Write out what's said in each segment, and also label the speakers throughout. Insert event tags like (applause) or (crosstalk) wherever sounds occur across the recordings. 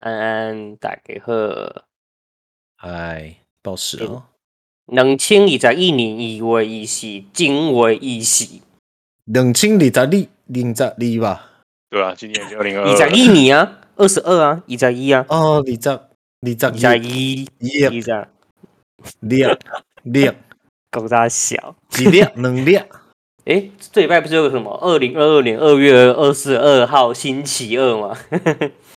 Speaker 1: 安安打给贺。
Speaker 2: 哎，报时哦，
Speaker 1: 两千二十一年二月一四，正月一四，
Speaker 3: 两千二十二，二十二吧。
Speaker 4: 对啊，今年已经二零二
Speaker 1: 二十
Speaker 4: (laughs)
Speaker 1: 一年啊，二十二啊，二十一啊，
Speaker 3: 哦，二十，二
Speaker 1: 二
Speaker 3: 十二
Speaker 1: 十，一，
Speaker 3: 一
Speaker 1: 二十，
Speaker 3: 两两
Speaker 1: 狗大小。
Speaker 3: 几两两两。
Speaker 1: 诶，这礼拜不是有什么二零二二年二月二十二号星期二吗？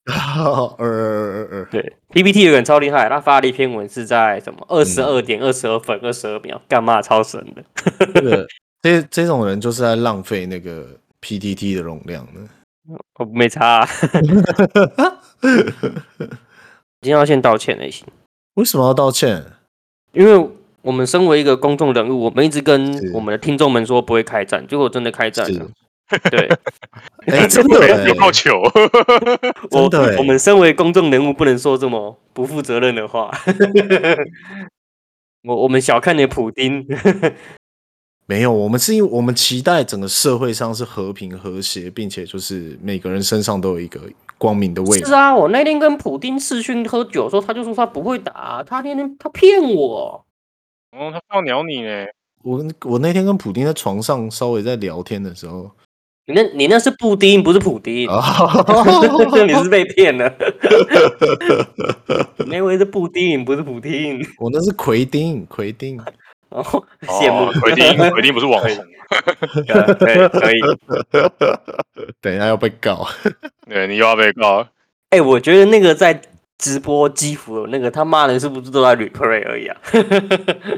Speaker 3: 哦二二二二，
Speaker 1: (laughs) 对，PPT 有个人超厉害，他发了一篇文是在什么二十二点二十二分二十二秒，干嘛超神的？
Speaker 3: 这个这这种人就是在浪费那个 PTT 的容量呢。
Speaker 1: 我没差啊、今天要先道歉才行，
Speaker 3: 为什么要道歉？
Speaker 1: 因为我们身为一个公众人物，我们一直跟
Speaker 3: 是
Speaker 1: 我们的听众们说不会开战，结果真的开战
Speaker 3: 是
Speaker 1: 了。
Speaker 3: (laughs)
Speaker 1: 对
Speaker 3: 哎，真的哎，
Speaker 4: 有好球，
Speaker 3: 真
Speaker 1: 我
Speaker 3: 的欸
Speaker 1: 我们身为公众人物，不能说这么不负责任的话。 (laughs) 我我们小看你普丁，
Speaker 3: 没有，我们是因为我们期待整个社会上是和平和谐，并且就是每个人身上都有一个光明的位置
Speaker 1: 是。啊，我那天跟普丁视讯喝酒的时候，他就说他不会打，他天天他骗我。
Speaker 4: 哦，他放鸟你呢，
Speaker 3: 我我那天跟普丁在床上稍微在聊天的时候，
Speaker 1: 你那你那是布丁，不是普丁。 (laughs) 嗯你
Speaker 3: 哦，
Speaker 1: 是被骗了，那位是布丁，不是普丁，
Speaker 3: (laughs) 我那是奎丁，奎丁，
Speaker 1: 然后羡慕
Speaker 4: 哦，回定回定不是网
Speaker 1: (laughs)
Speaker 4: 红，
Speaker 1: 对，可以。
Speaker 3: 等一下要被
Speaker 1: (laughs)
Speaker 3: 告。
Speaker 4: 对你又要被告，
Speaker 1: 哎、我觉得那个在直播基辅那个他骂人是不是都在 replay 而已啊？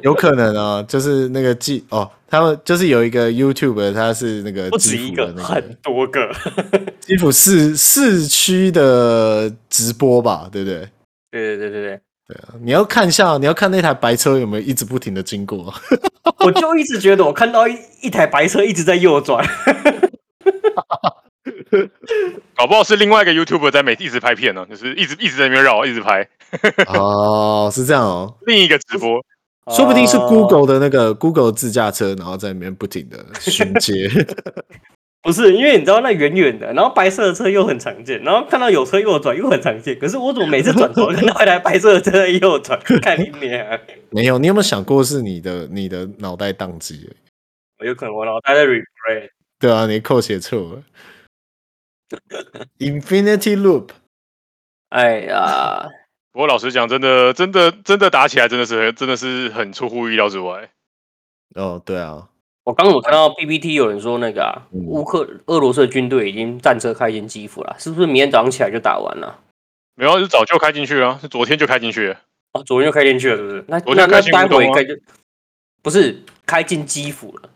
Speaker 3: 有可能啊，就是那个记哦，他们就是有一个 YouTube，他是那个
Speaker 1: 不止
Speaker 3: 基
Speaker 1: 一
Speaker 3: 辅
Speaker 1: 个
Speaker 3: 的，那
Speaker 1: 很
Speaker 3: 个
Speaker 1: 多个。
Speaker 3: 基辅市市区的直播吧，对不对？
Speaker 1: 对对对对对，
Speaker 3: 你要看一下，你要看那台白车有没有一直不停的经过。 (laughs)
Speaker 1: 我就一直觉得我看到一一台白车一直在右转，
Speaker 4: 搞不好是另外一个 YouTuber 在每一直拍片呢，就是一直一直在那边绕，一直拍
Speaker 3: 哦，是这样哦，
Speaker 4: 另一个直播，
Speaker 3: (laughs) 说不定是
Speaker 1: 哦
Speaker 3: Google 的那个 Google 自驾车，然后在里面不停的巡街。
Speaker 1: 不是，因为你知道那远远的，然后白色的车又很常见，然后看到有车右转又很常见，可是我怎么每次转头看到一台白色的车在右转， (laughs) 看你脸，
Speaker 3: 没有，你有没有想过是你的你的脑袋宕机了？
Speaker 1: 我有可能我脑袋在 replay。
Speaker 3: 对啊，你扣写错了。Infinity Loop，
Speaker 1: 哎呀，
Speaker 4: 不过老实讲，真的真的真的打起来真的是很真的是很出乎意料之外，
Speaker 3: 哦，对啊，
Speaker 1: 我刚刚有看到 PPT 有人说那个啊，乌克俄罗斯的军队已经战车开进基辅了，是不是明天早上起来就打完了？
Speaker 4: 没有是早就开进去了，是昨天就开进去了，
Speaker 1: 哦，昨天就开进去了，是不是？那
Speaker 4: 昨
Speaker 1: 那
Speaker 4: 天开
Speaker 1: 那
Speaker 4: 进
Speaker 1: 待
Speaker 4: 乌东
Speaker 1: 会
Speaker 4: 吗
Speaker 1: 该就不是开进基辅了，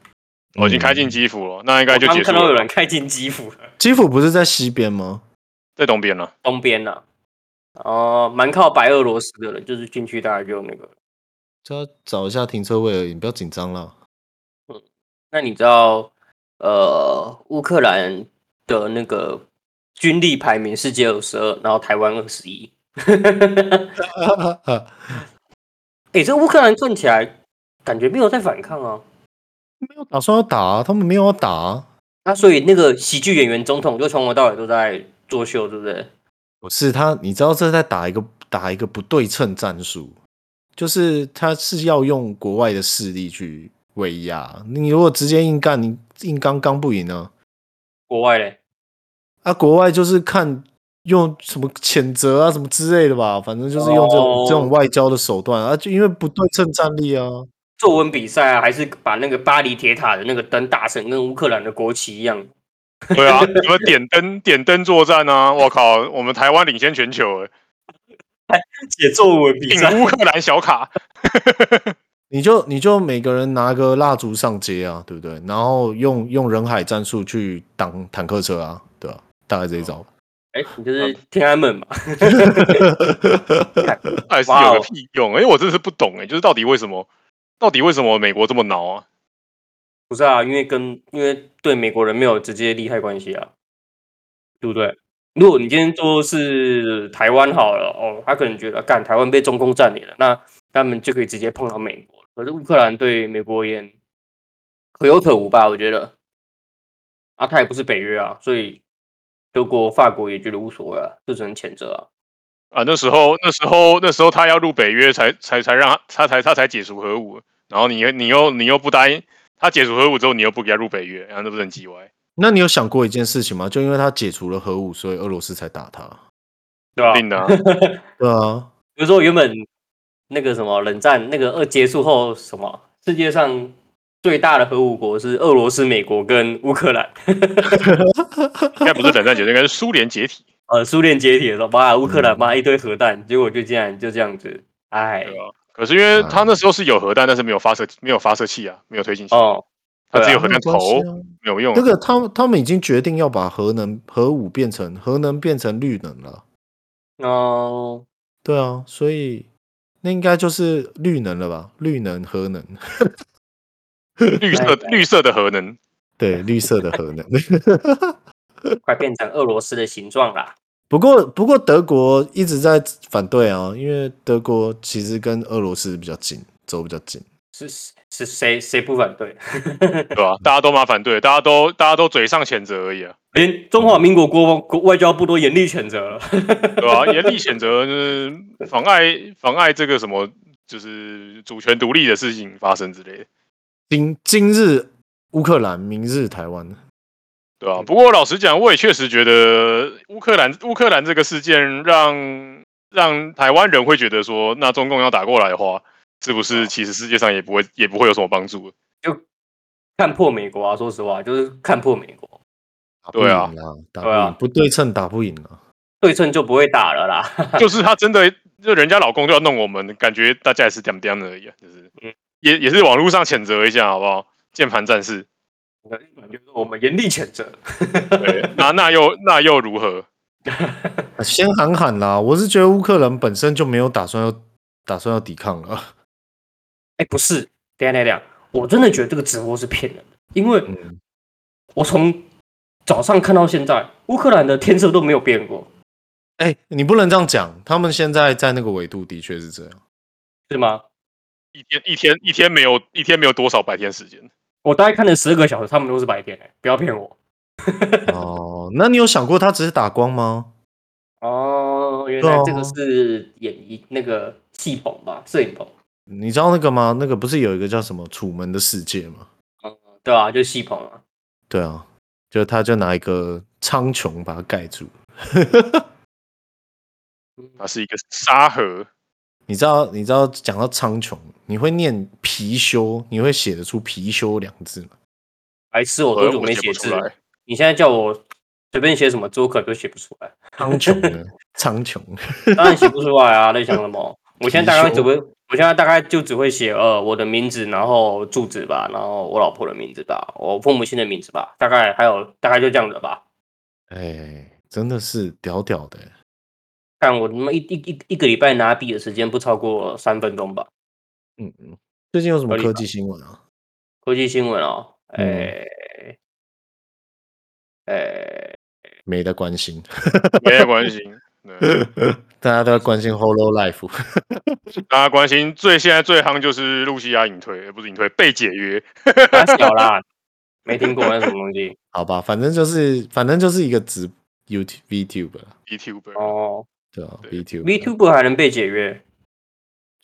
Speaker 4: 我已经开进基辅了，那应
Speaker 1: 嗯我
Speaker 4: 该就
Speaker 1: 刚
Speaker 4: 结束
Speaker 1: 看到有
Speaker 4: 了
Speaker 1: 人，开进基辅
Speaker 4: (laughs)
Speaker 1: 了。
Speaker 3: 基辅不是在西边吗？
Speaker 4: 在东边了。
Speaker 1: 东边呐、哦、蛮靠白俄罗斯的了，就是进去大概就那个。
Speaker 3: 就要找一下停车位而已，你不要紧张啦。 (laughs)
Speaker 1: 那你知道，呃，乌克兰的那个军力排名世界二十二，然后台湾二十一。哎、这乌克兰看起来感觉没有在反抗啊。
Speaker 3: 没有打算要打、啊，他们没有要打、啊。
Speaker 1: 那所以那个喜剧演员总统就从头到尾都在作秀，对不对？
Speaker 3: 不是他，你知道这在打一个打一个不对称战术，就是他是要用国外的势力去威压。你如果直接硬干，你硬刚刚不赢呢、
Speaker 1: 国外嘞，
Speaker 3: 啊。啊，国外就是看用什么谴责啊什么之类的吧，反正就是用这种、
Speaker 1: 哦
Speaker 3: 这种外交的手段啊，就因为不对称战力啊。
Speaker 1: 作文比赛啊，还是把那个巴黎铁塔的那个灯打成跟乌克兰的国旗一样，
Speaker 4: 对啊，什么点灯点灯作战啊！我靠，我们台湾领先全球了，
Speaker 1: (laughs)
Speaker 4: 欸
Speaker 1: 写作文比
Speaker 4: 顶
Speaker 1: 赛。
Speaker 4: 乌克兰小卡，
Speaker 3: 你就你就每个人拿个蜡烛上街啊，对不对？然后用用人海战术去挡坦克车啊，对吧、大概这一招吧。
Speaker 1: 哎、你就是天安 (laughs) 门嘛？哦
Speaker 4: 还哎是有个屁用？因为我真的是不懂哎、就是到底为什么，到底为什么美国这么挠啊？
Speaker 1: 不是啊，因为跟因为对美国人没有直接利害关系啊，对不对？如果你今天说是台湾好了，哦，他可能觉得干台湾被中共占领了，那他们就可以直接碰到美国了。可是乌克兰对美国而言可有可无吧？我觉得，啊，他也不是北约啊，所以德国、法国也觉得无所谓啊，就只能谴责啊。
Speaker 4: 啊，那时候那时候那时候他要入北约才才才让他他才他才解除核武，然后你你又你又不答应他解除核武之后，你又不给他入北约，啊然后那不是很鸡歪？
Speaker 3: 那你有想过一件事情吗？就因为他解除了核武，所以俄罗斯才打他。
Speaker 1: 对吧、
Speaker 4: 定
Speaker 1: (laughs)
Speaker 4: 的啊、
Speaker 3: 对啊，
Speaker 1: 比如说原本那个什么冷战那个二结束后，什么世界上最大的核武国是俄罗斯、美国跟乌克兰，
Speaker 4: 应该不是冷战结束，应该是苏联解体，
Speaker 1: 呃，苏联解体的时候，妈乌克兰妈一堆核弹，结果就竟然就这样子，哎
Speaker 4: 对，吧、可是因为
Speaker 1: 啊
Speaker 4: 他那时候是有核弹，但是没有发射没有发射器啊，没有推进器，
Speaker 1: 哦，
Speaker 4: 他只有
Speaker 3: 没
Speaker 4: 核
Speaker 3: 有
Speaker 4: 弹
Speaker 3: 关系
Speaker 4: 头
Speaker 3: 啊。
Speaker 4: 没有用
Speaker 3: 那。个他们他们已经决定要把核能核武变成核能变成绿能了。
Speaker 1: 哦，
Speaker 3: 对啊，所以那应该就是绿能了吧？绿能核能，
Speaker 4: 绿
Speaker 3: 哎
Speaker 4: 色
Speaker 1: 对
Speaker 4: 绿色的核能，
Speaker 3: 对，绿色的核能。 (laughs)
Speaker 1: 快变成俄罗斯的形状啦，
Speaker 3: 不过不过德国一直在反对啊，因为德国其实跟俄罗斯比较近，走比较近。
Speaker 1: 是是谁谁不反对？ (laughs)
Speaker 4: 对吧、大家都麻烦，对，大家都大家都嘴上谴责而已啊，
Speaker 1: 连中华民国国防国外交部都严厉谴责了， (laughs)
Speaker 4: 对吧、严厉谴责就是妨碍妨碍这个什么，就是主权独立的事情发生之类的，
Speaker 3: 今今日乌克兰，明日台湾。
Speaker 4: 对
Speaker 3: 嗯
Speaker 4: 吧、不过老实讲，我也确实觉得乌克兰乌克兰这个事件让让台湾人会觉得说，那中共要打过来的话，是不
Speaker 3: 嗯
Speaker 4: 是其实世界上也不会也不会有什么帮助？
Speaker 1: 看破美国啊！说实话，就是看破美国。
Speaker 3: 打
Speaker 4: 对啊
Speaker 3: 不赢啦，打不
Speaker 1: 对啊
Speaker 3: 赢，不对称打不赢了。
Speaker 1: 对称就不会打了啦。 (laughs)
Speaker 4: 就是他真的，就人家老公就要弄我们，感觉大家也是点点而已、啊，就是
Speaker 1: 嗯
Speaker 4: 也也是网络上谴责一下好不好？键盘战士，
Speaker 1: 就是我们严厉谴责。
Speaker 4: 对，那那又那又如何？
Speaker 3: 啊先喊喊啦，我是觉得乌克兰本身就没有打算要打算要抵抗了。
Speaker 1: 哎，不是，等一下等一下，我真的觉得这个直播是骗人的，因为
Speaker 3: 嗯，
Speaker 1: 我从早上看到现在，乌克兰的天色都没有变过，
Speaker 3: 哎、你不能这样讲，他们现在在那个纬度的确是这样。
Speaker 1: 是吗？
Speaker 4: 一天一天一天没有一天没有多少白天时间，
Speaker 1: 我大概看了十二个小时，他们都是白天、哎，不要骗我。
Speaker 3: 哦，那你有想过他只是打光吗？
Speaker 1: 哦，原来这个是演一那个戏棚吧，摄影棚，
Speaker 3: 你知道那个吗？那个不是有一个叫什么《楚门的世界》吗？
Speaker 1: 对啊，就是戏棚啊。
Speaker 3: 对啊，就他就拿一个苍穹把它盖住。
Speaker 1: 嗯
Speaker 4: 它是一个沙盒，
Speaker 3: 你知道，你知道讲到苍穹，你会念貔貅，你会写得出貔貅两字吗？
Speaker 1: 白痴，我
Speaker 4: 我
Speaker 1: 多久
Speaker 4: 我
Speaker 1: 没
Speaker 4: 写
Speaker 1: 写
Speaker 4: 不
Speaker 1: 字
Speaker 4: 出来
Speaker 1: 了？你现在叫我随便写什么周可都写不出来。
Speaker 3: 苍穹呢？苍穹。
Speaker 1: (laughs) 当然写不出来啊，在想
Speaker 4: (laughs)
Speaker 1: 什么？我现在大概
Speaker 3: 貔貅
Speaker 1: 只会，我现在大概就只会写呃我的名字，然后住址吧，然后我老婆的名字吧，我父母亲的名字吧，大概还有大概就这样子吧。
Speaker 3: 哎、真的是屌屌的、欸
Speaker 1: 但我他妈一一一一个礼拜拿笔的时间不超过三分钟吧。
Speaker 3: 嗯嗯。最近有什么
Speaker 1: 合理吧
Speaker 3: 科技新闻啊？
Speaker 1: 科技新闻哦，哎、
Speaker 3: 嗯
Speaker 1: (laughs) 哎、
Speaker 3: 没得关心，
Speaker 4: 没有关系。对
Speaker 3: 大家都在关心 Holo Life。 (laughs)
Speaker 4: 大家关心最现在最夯就是露西亚隐退，呃不是隐退被解约，
Speaker 1: 太小啦，没听过那什么东西
Speaker 3: 好吧，反正就是反正就是一个直 YouTube VTuber，
Speaker 4: VTuber、 (laughs)
Speaker 1: 哦。
Speaker 3: 对啊
Speaker 4: 对
Speaker 3: ，VTuber
Speaker 1: VTuber 还能被解约？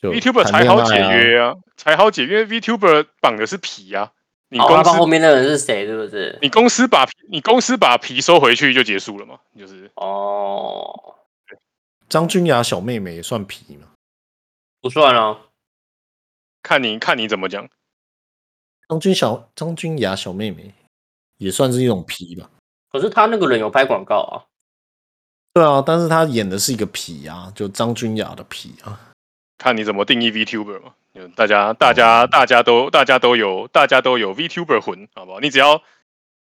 Speaker 3: 就
Speaker 4: VTuber
Speaker 3: 谈
Speaker 4: 才
Speaker 3: 恋
Speaker 4: 好解
Speaker 3: 爱啊
Speaker 4: 约啊，才好解约。VTuber 绑的是皮啊，你
Speaker 1: 哦，他
Speaker 4: 公司、
Speaker 1: 帮后面那个人是谁？是不是？
Speaker 4: 你公司把皮你公司把皮收回去就结束了嘛，就是
Speaker 1: 哦，
Speaker 3: 张君雅小妹妹也算皮嘛？
Speaker 1: 不算啊。
Speaker 4: 看你看你怎么讲。
Speaker 3: 张君小张君雅小妹妹也算是一种皮吧？
Speaker 1: 可是他那个人有拍广告啊，
Speaker 3: 对啊，但是她演的是一个皮啊，就张君雅的皮啊。
Speaker 4: 看你怎么定义 VTuber 嘛。就大家大家大家都大家都有大家都有 VTuber 魂，好不好？你只要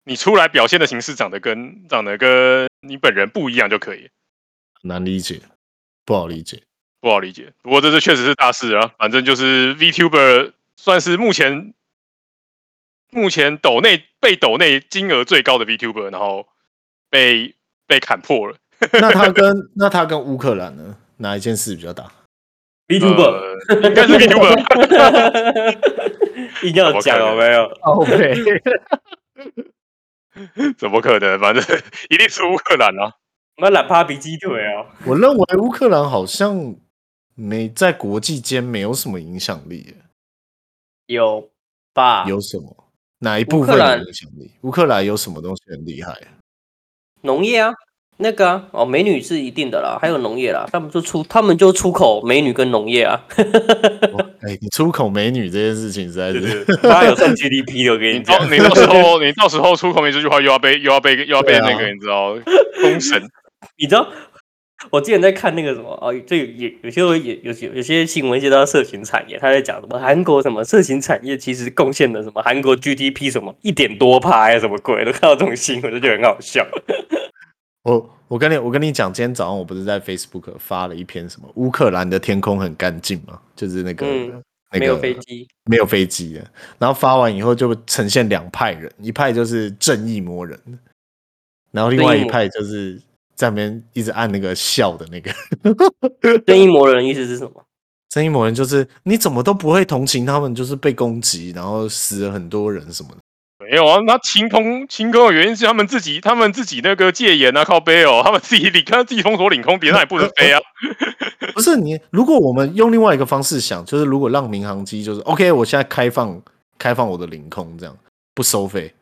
Speaker 4: 你出来表现的形式长得跟长得跟你本人不一样就可以，
Speaker 3: 难理解，不好理解。
Speaker 4: 不好理解。不过这是确实是大事啊，反正就是 VTuber 算是目前目前抖内被抖内金额最高的 VTuber，然后被被砍破了。
Speaker 3: 那他跟 (laughs) 那他跟乌克兰呢，哪一件事比较大？
Speaker 1: (laughs) ，VTuber，
Speaker 4: 呃应该是 VTuber，
Speaker 1: 硬要讲有没有？
Speaker 3: 哦，对，
Speaker 4: 怎么可能？反正 (laughs) 一定是乌克兰啊。
Speaker 1: 那懒趴比鸡腿啊！
Speaker 3: 我认为乌克兰好像没在国际间没有什么影响力耶，
Speaker 1: 有吧？
Speaker 3: 有什么？哪一部分
Speaker 1: 啊乌克兰
Speaker 3: 有影响力？乌克兰有什么东西很厉害？
Speaker 1: 农业啊，那个啊，哦，美女是一定的啦，还有农业啦，他们就出他们就出口美女跟农业啊，
Speaker 3: 哇哎、你出口美女这件事情实在
Speaker 1: 就是是他有算 GDP 的，我跟
Speaker 4: 你
Speaker 1: 你讲
Speaker 4: 到，你到时候你到时候出口没这句话又要被又要被又要被
Speaker 3: 对啊
Speaker 4: 那个你知道封神，
Speaker 1: 你知道。我之前在看那个什么哦，这有有些会有有些有些新闻接到色情产业，他在讲什么韩国什么色情产业其实贡献了什么韩国 GDP 什么一点多趴呀什么鬼，都看到这种新闻就觉得很好笑。
Speaker 3: 我我跟你我跟你讲，今天早上我不是在 Facebook 发了一篇什么乌克兰的天空很干净嘛，就是那个、
Speaker 1: 嗯
Speaker 3: 那个
Speaker 1: 没有飞
Speaker 3: (laughs)
Speaker 1: 机，
Speaker 3: 没有飞机的，然后发完以后就呈现两派人，一派就是正义魔人，然后另外
Speaker 1: 正义
Speaker 3: 一
Speaker 1: 魔
Speaker 3: 派就是在那边一直按那个笑的那个
Speaker 1: 正义魔人的意思是什么？
Speaker 3: 正义魔人，就是你怎么都不会同情他们，就是被攻击，然后死了很多人什么 (laughs) 的。
Speaker 4: 没有啊？那清空清空的原因是他们自己他们自己那个戒严啊，靠背哦，他们自己领他自己封锁领空，别人也不能飞啊。
Speaker 3: 不是你，如果我们用另外一个方式想，就是如果让民航机就是 OK，我现在开放开放我的领空，这样不收 (laughs) 费，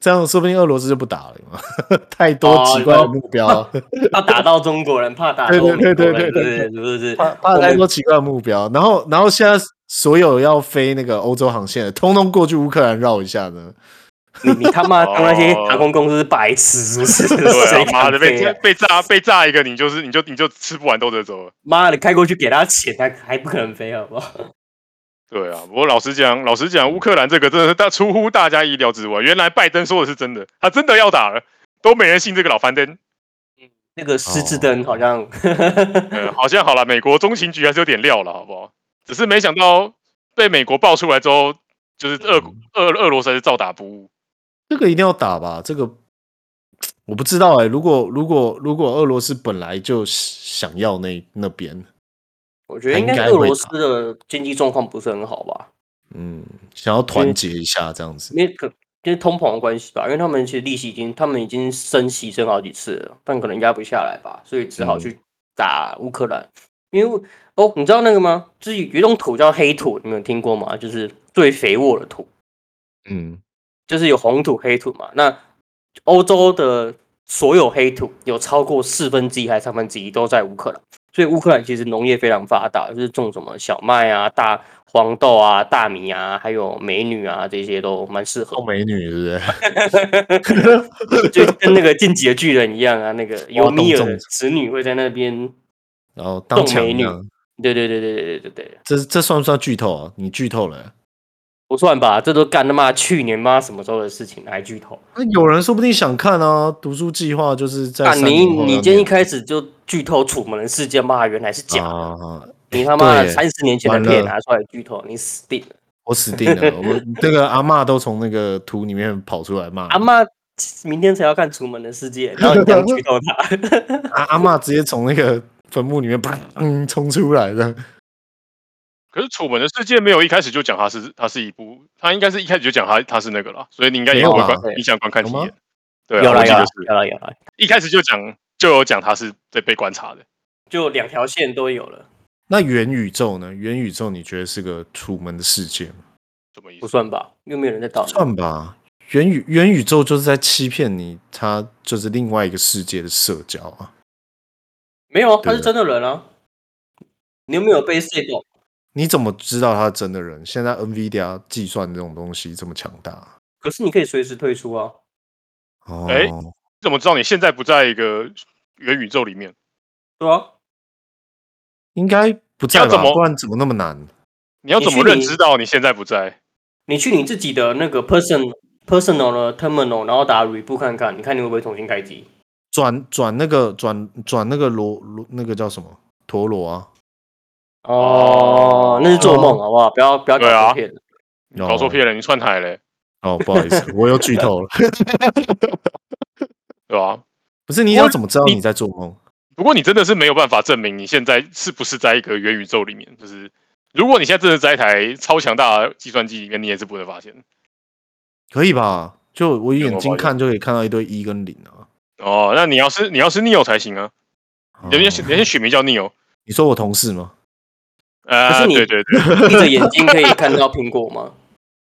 Speaker 3: 这样说不定俄罗斯就不打了嘛， (laughs) 太多
Speaker 1: 哦
Speaker 3: 奇
Speaker 1: 你
Speaker 3: 怪的
Speaker 1: 说
Speaker 3: 目标啊。
Speaker 1: 怕打到中国人，怕打到
Speaker 3: 对
Speaker 1: 美
Speaker 3: 对
Speaker 1: 国人，
Speaker 3: 对对对
Speaker 1: 对，是不是？
Speaker 3: 怕怕太多奇怪的目标，然后然后现在所有要飞那个欧洲航线的，通通过去乌克兰绕一下呢。
Speaker 1: 你你他
Speaker 4: (laughs)
Speaker 1: 妈当那些航空公司是白痴是不是？
Speaker 4: 哦对
Speaker 1: (laughs) (laughs) 谁
Speaker 4: 啊，妈的
Speaker 1: 敢
Speaker 4: 被
Speaker 1: 飞啊
Speaker 4: 被炸被炸一个，你就是你就你就吃不完兜着走了。
Speaker 1: 妈的，开过去给他钱，他还不可能飞，好不好？
Speaker 4: 对啊，不过老实讲，老实讲，乌克兰这个真的是大出乎大家意料之外。原来拜登说的是真的，他真的要打了，都没人信这个老樊登。
Speaker 1: 那个失智灯好像，
Speaker 4: 呃，好像好了，美国中情局还是有点料了，好不好？只是没想到被美国爆出来之后，就是俄国俄俄罗斯还是照打不误。
Speaker 3: 这个一定要打吧？这个我不知道哎、如果如果如果俄罗斯本来就想要那那边，
Speaker 1: 我觉得应该
Speaker 3: 他应
Speaker 1: 是
Speaker 3: 该
Speaker 1: 俄
Speaker 3: 会
Speaker 1: 罗斯的经济状况不是很好吧？
Speaker 3: 嗯，想要团结一下这样子
Speaker 1: 因，为可就是通膨的关系吧，因为他们其实利息已经他们已经升息升好几次了，但可能压不下来吧，所以只好
Speaker 3: 嗯
Speaker 1: 去打乌克兰。因为哦，你知道那个吗？就是有一种土叫黑土，你们有听过吗？就是最肥沃的土。
Speaker 3: 嗯，
Speaker 1: 就是有红土、黑土嘛。那欧洲的所有黑土有超过四分之一还是三分之一都在乌克兰，所以乌克兰其实农业非常发达，就是种什么小麦啊、大黄豆啊、大米啊，还有美女啊这些都蛮适合
Speaker 3: 臭。美女是不是？
Speaker 1: 就跟那个《进击的巨人》一样啊，那个尤米尔
Speaker 3: 动
Speaker 1: 的
Speaker 3: 种
Speaker 1: 使女会在那边。
Speaker 3: 然后当
Speaker 1: 臭
Speaker 3: 强
Speaker 1: 美女
Speaker 3: 呢？
Speaker 1: 对对对对对对对对，
Speaker 3: 这这算不算剧透啊？你剧透了欸、
Speaker 1: 不算吧，这都干他妈去年妈什么时候的事情，还剧透。
Speaker 3: 那有人说不定想看啊，读书计划就是在
Speaker 1: 啊，
Speaker 3: 三
Speaker 1: 你
Speaker 3: 年后要
Speaker 1: 你今天一
Speaker 3: 念
Speaker 1: 开始就剧透《楚门的世界》嘛，原来是假的。
Speaker 3: 啊，
Speaker 1: 你他妈
Speaker 3: 对
Speaker 1: 的三十年前的
Speaker 3: 完
Speaker 1: 片
Speaker 3: 了
Speaker 1: 拿出来剧透，你死定了！
Speaker 3: 我死定了！我这个阿嬷都从那个图里面跑出来骂
Speaker 1: 阿妈明天才要看《楚门的世
Speaker 4: (laughs)
Speaker 1: 界》，然后你这样剧透他，
Speaker 3: 阿阿嬷直接从那个坟墓里面砰嗯冲出来的。
Speaker 4: 可是《楚门的世界》没有一开始就讲它是它是一部，它应该是一开始就讲它它是那个了，所以你应该也
Speaker 3: 没有
Speaker 4: 会
Speaker 3: 吧
Speaker 4: 观你想观看
Speaker 3: 有
Speaker 4: 体
Speaker 3: 吗
Speaker 4: 验。对啊，
Speaker 1: 有
Speaker 4: 我
Speaker 1: 啦
Speaker 4: 记
Speaker 1: 有
Speaker 4: 得
Speaker 1: 啦
Speaker 4: 是
Speaker 1: 有啦有啦，
Speaker 4: 一开始就讲就有讲他是在被观察的。
Speaker 1: 就两条线都有了，
Speaker 3: 那元宇宙呢？元宇宙你觉得是个楚门的世界吗？
Speaker 4: 什么意
Speaker 1: 不
Speaker 4: 思？
Speaker 1: 算吧？又没有人在倒
Speaker 3: 算吧，元宇元宇宙就是在欺骗你，它就是另外一个世界的社交啊。
Speaker 1: 没有啊，他
Speaker 3: 对
Speaker 1: 是真的人啊。你有没有被 C 到？
Speaker 3: 你怎么知道他是真的人？现在 NVIDIA 计算这种东西这么强大啊
Speaker 1: 可是你可以随时退出啊。
Speaker 3: 哦，
Speaker 4: 哎怎么知道你现在不在一个元宇宙里面？
Speaker 1: 对啊，
Speaker 3: 应该不在
Speaker 4: 要怎
Speaker 3: 吧？
Speaker 4: 么
Speaker 3: 不然怎么那么难？
Speaker 4: 你要怎么
Speaker 1: 也许
Speaker 4: 认
Speaker 1: 你
Speaker 4: 知到你现在不在？
Speaker 1: 你去你自己的那个 person personal 的 terminal，然后打 reboot 看看，你看你会不会重新开机？
Speaker 3: 转转那个转转那个螺螺那个叫什么陀螺啊？
Speaker 1: 哦，那是做梦，好不好？不要不要搞
Speaker 4: 对啊
Speaker 1: 错片。
Speaker 4: 你搞错片了，你串台嘞，
Speaker 3: 哦，不好意思，我又剧透了。
Speaker 4: 对吧？
Speaker 3: 不是你
Speaker 4: 我
Speaker 3: 要怎么知道
Speaker 4: 你
Speaker 3: 你在做梦？
Speaker 4: 不过你真的是没有办法证明你现在是不是在一个元宇宙里面。就是如果你现在真的在一台超强大的计算机里面，你也是不能发现。
Speaker 3: 可以吧？就我
Speaker 4: 有
Speaker 3: 眼
Speaker 4: 我
Speaker 3: 睛
Speaker 4: 发现
Speaker 3: 看就可以看到一堆一跟零啊。
Speaker 4: 哦，那你要是你要是 Neo 才行啊，人家
Speaker 3: 哦
Speaker 4: 人家取名叫 Neo，
Speaker 3: 你说我同事吗？
Speaker 1: 可
Speaker 4: 呃，
Speaker 1: 是你
Speaker 4: 对对对，
Speaker 1: 闭着眼睛可以看到苹果吗？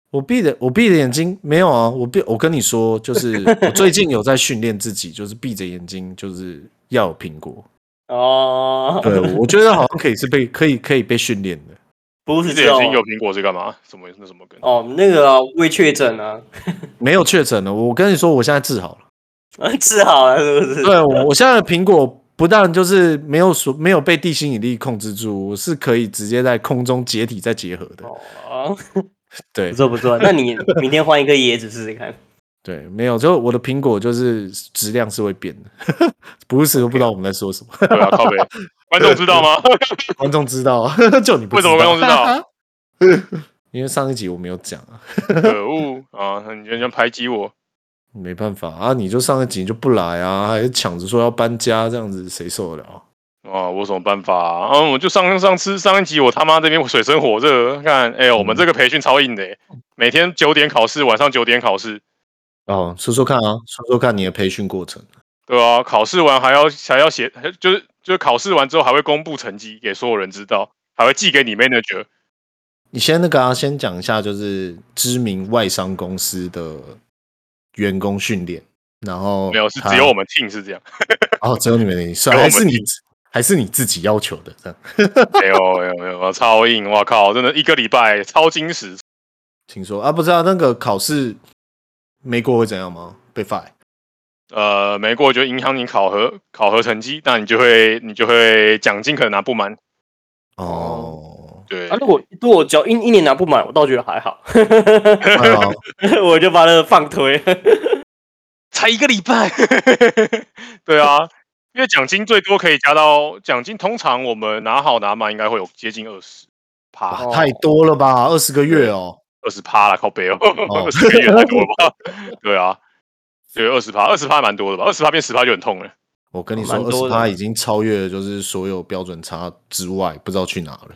Speaker 3: 我闭着我闭着眼睛没有啊，我闭我跟你说，就是 (laughs) 我最近有在训练自己，就是闭着眼睛就是要有苹果。
Speaker 1: 哦，
Speaker 3: (laughs) 对，我觉得好像可以是被可以可以被训练的。
Speaker 1: 不
Speaker 4: 你
Speaker 1: 是
Speaker 4: 这
Speaker 1: 这
Speaker 4: 眼
Speaker 1: 样
Speaker 4: 睛有苹果是干嘛？什么那什么梗？
Speaker 1: 哦，那个啊未确诊啊，
Speaker 3: 没有确诊了，我跟你说，我现在治好了。
Speaker 1: 啊治好了是不是？
Speaker 3: 对我我现在的苹果不但就是没有所没有被地心引力控制住，我是可以直接在空中解体再结合的。
Speaker 1: 哦，
Speaker 3: 对
Speaker 1: 不错不啊错，那你明天换一个椰子试试看。
Speaker 3: 对，没有，就我的苹果就是质量是会变的， (laughs) 不是不知道我们在说什么， (laughs)
Speaker 4: 对啊，靠
Speaker 1: (laughs)
Speaker 4: 背，观众知道吗？
Speaker 3: 观众知道啊， (laughs) 就你不
Speaker 4: (laughs) 为什么观众知道？
Speaker 3: 因为上一集我没有讲啊，
Speaker 4: 可恶啊！你居然排挤我，
Speaker 3: 没办法啊，你就上一集你就不来啊，还抢着说要搬家这样子，谁受得了？
Speaker 4: 啊，我有什么办法啊？嗯，我就上上次上一集我他妈这边水深火热，看，哎、我们这个培训超硬的、欸，每天九点考试，晚上九点考试，
Speaker 3: 哦，说说看啊，说说看你的培训过程。
Speaker 4: 对啊，考试完还要还要写，就是就是考试完之后还会公布成绩给所有人知道，还会寄给你 manager。
Speaker 3: 你先那个啊，先讲一下就是知名外商公司的员工训练，然后
Speaker 4: 没有，是
Speaker 3: 他
Speaker 4: 只有我们 team 是这样，
Speaker 3: 哦，只有你们的，是
Speaker 4: 只有我
Speaker 3: 还
Speaker 4: 们
Speaker 3: 是你还是你自己要求的这样。
Speaker 4: 没有没有没有，超硬，哇靠，真的一个礼拜超精实，
Speaker 3: 听说啊，不知道那个考试没过会怎样吗？被 fire？
Speaker 4: 呃，没过就影响你考核考核成绩，那你就会你就会奖金可能拿不满，
Speaker 3: 哦，
Speaker 4: 对，
Speaker 1: 啊，如果如果只要一一年拿不满，我倒觉得还好， (laughs)
Speaker 3: 对啊，
Speaker 1: 我就把那个放推。
Speaker 4: 才一个礼拜， (laughs) 对啊，因为奖金最多可以加到奖金，通常我们拿好拿满应该会有接近二十趴，
Speaker 3: 哇啊太多了吧，二十个月哦，
Speaker 4: 二十趴啦，靠背哦，
Speaker 3: 哦
Speaker 4: 二 (laughs) 十个月太多了吧？ (laughs) 对啊，对，二十趴，二十趴蛮多的吧？二十趴变十趴就很痛了。
Speaker 3: 我跟你
Speaker 4: 哦
Speaker 3: 说，
Speaker 1: 蛮
Speaker 3: 二
Speaker 1: 多
Speaker 3: 十
Speaker 1: 的
Speaker 3: 趴已经超越了就是所有标准差之外，不知道去哪了。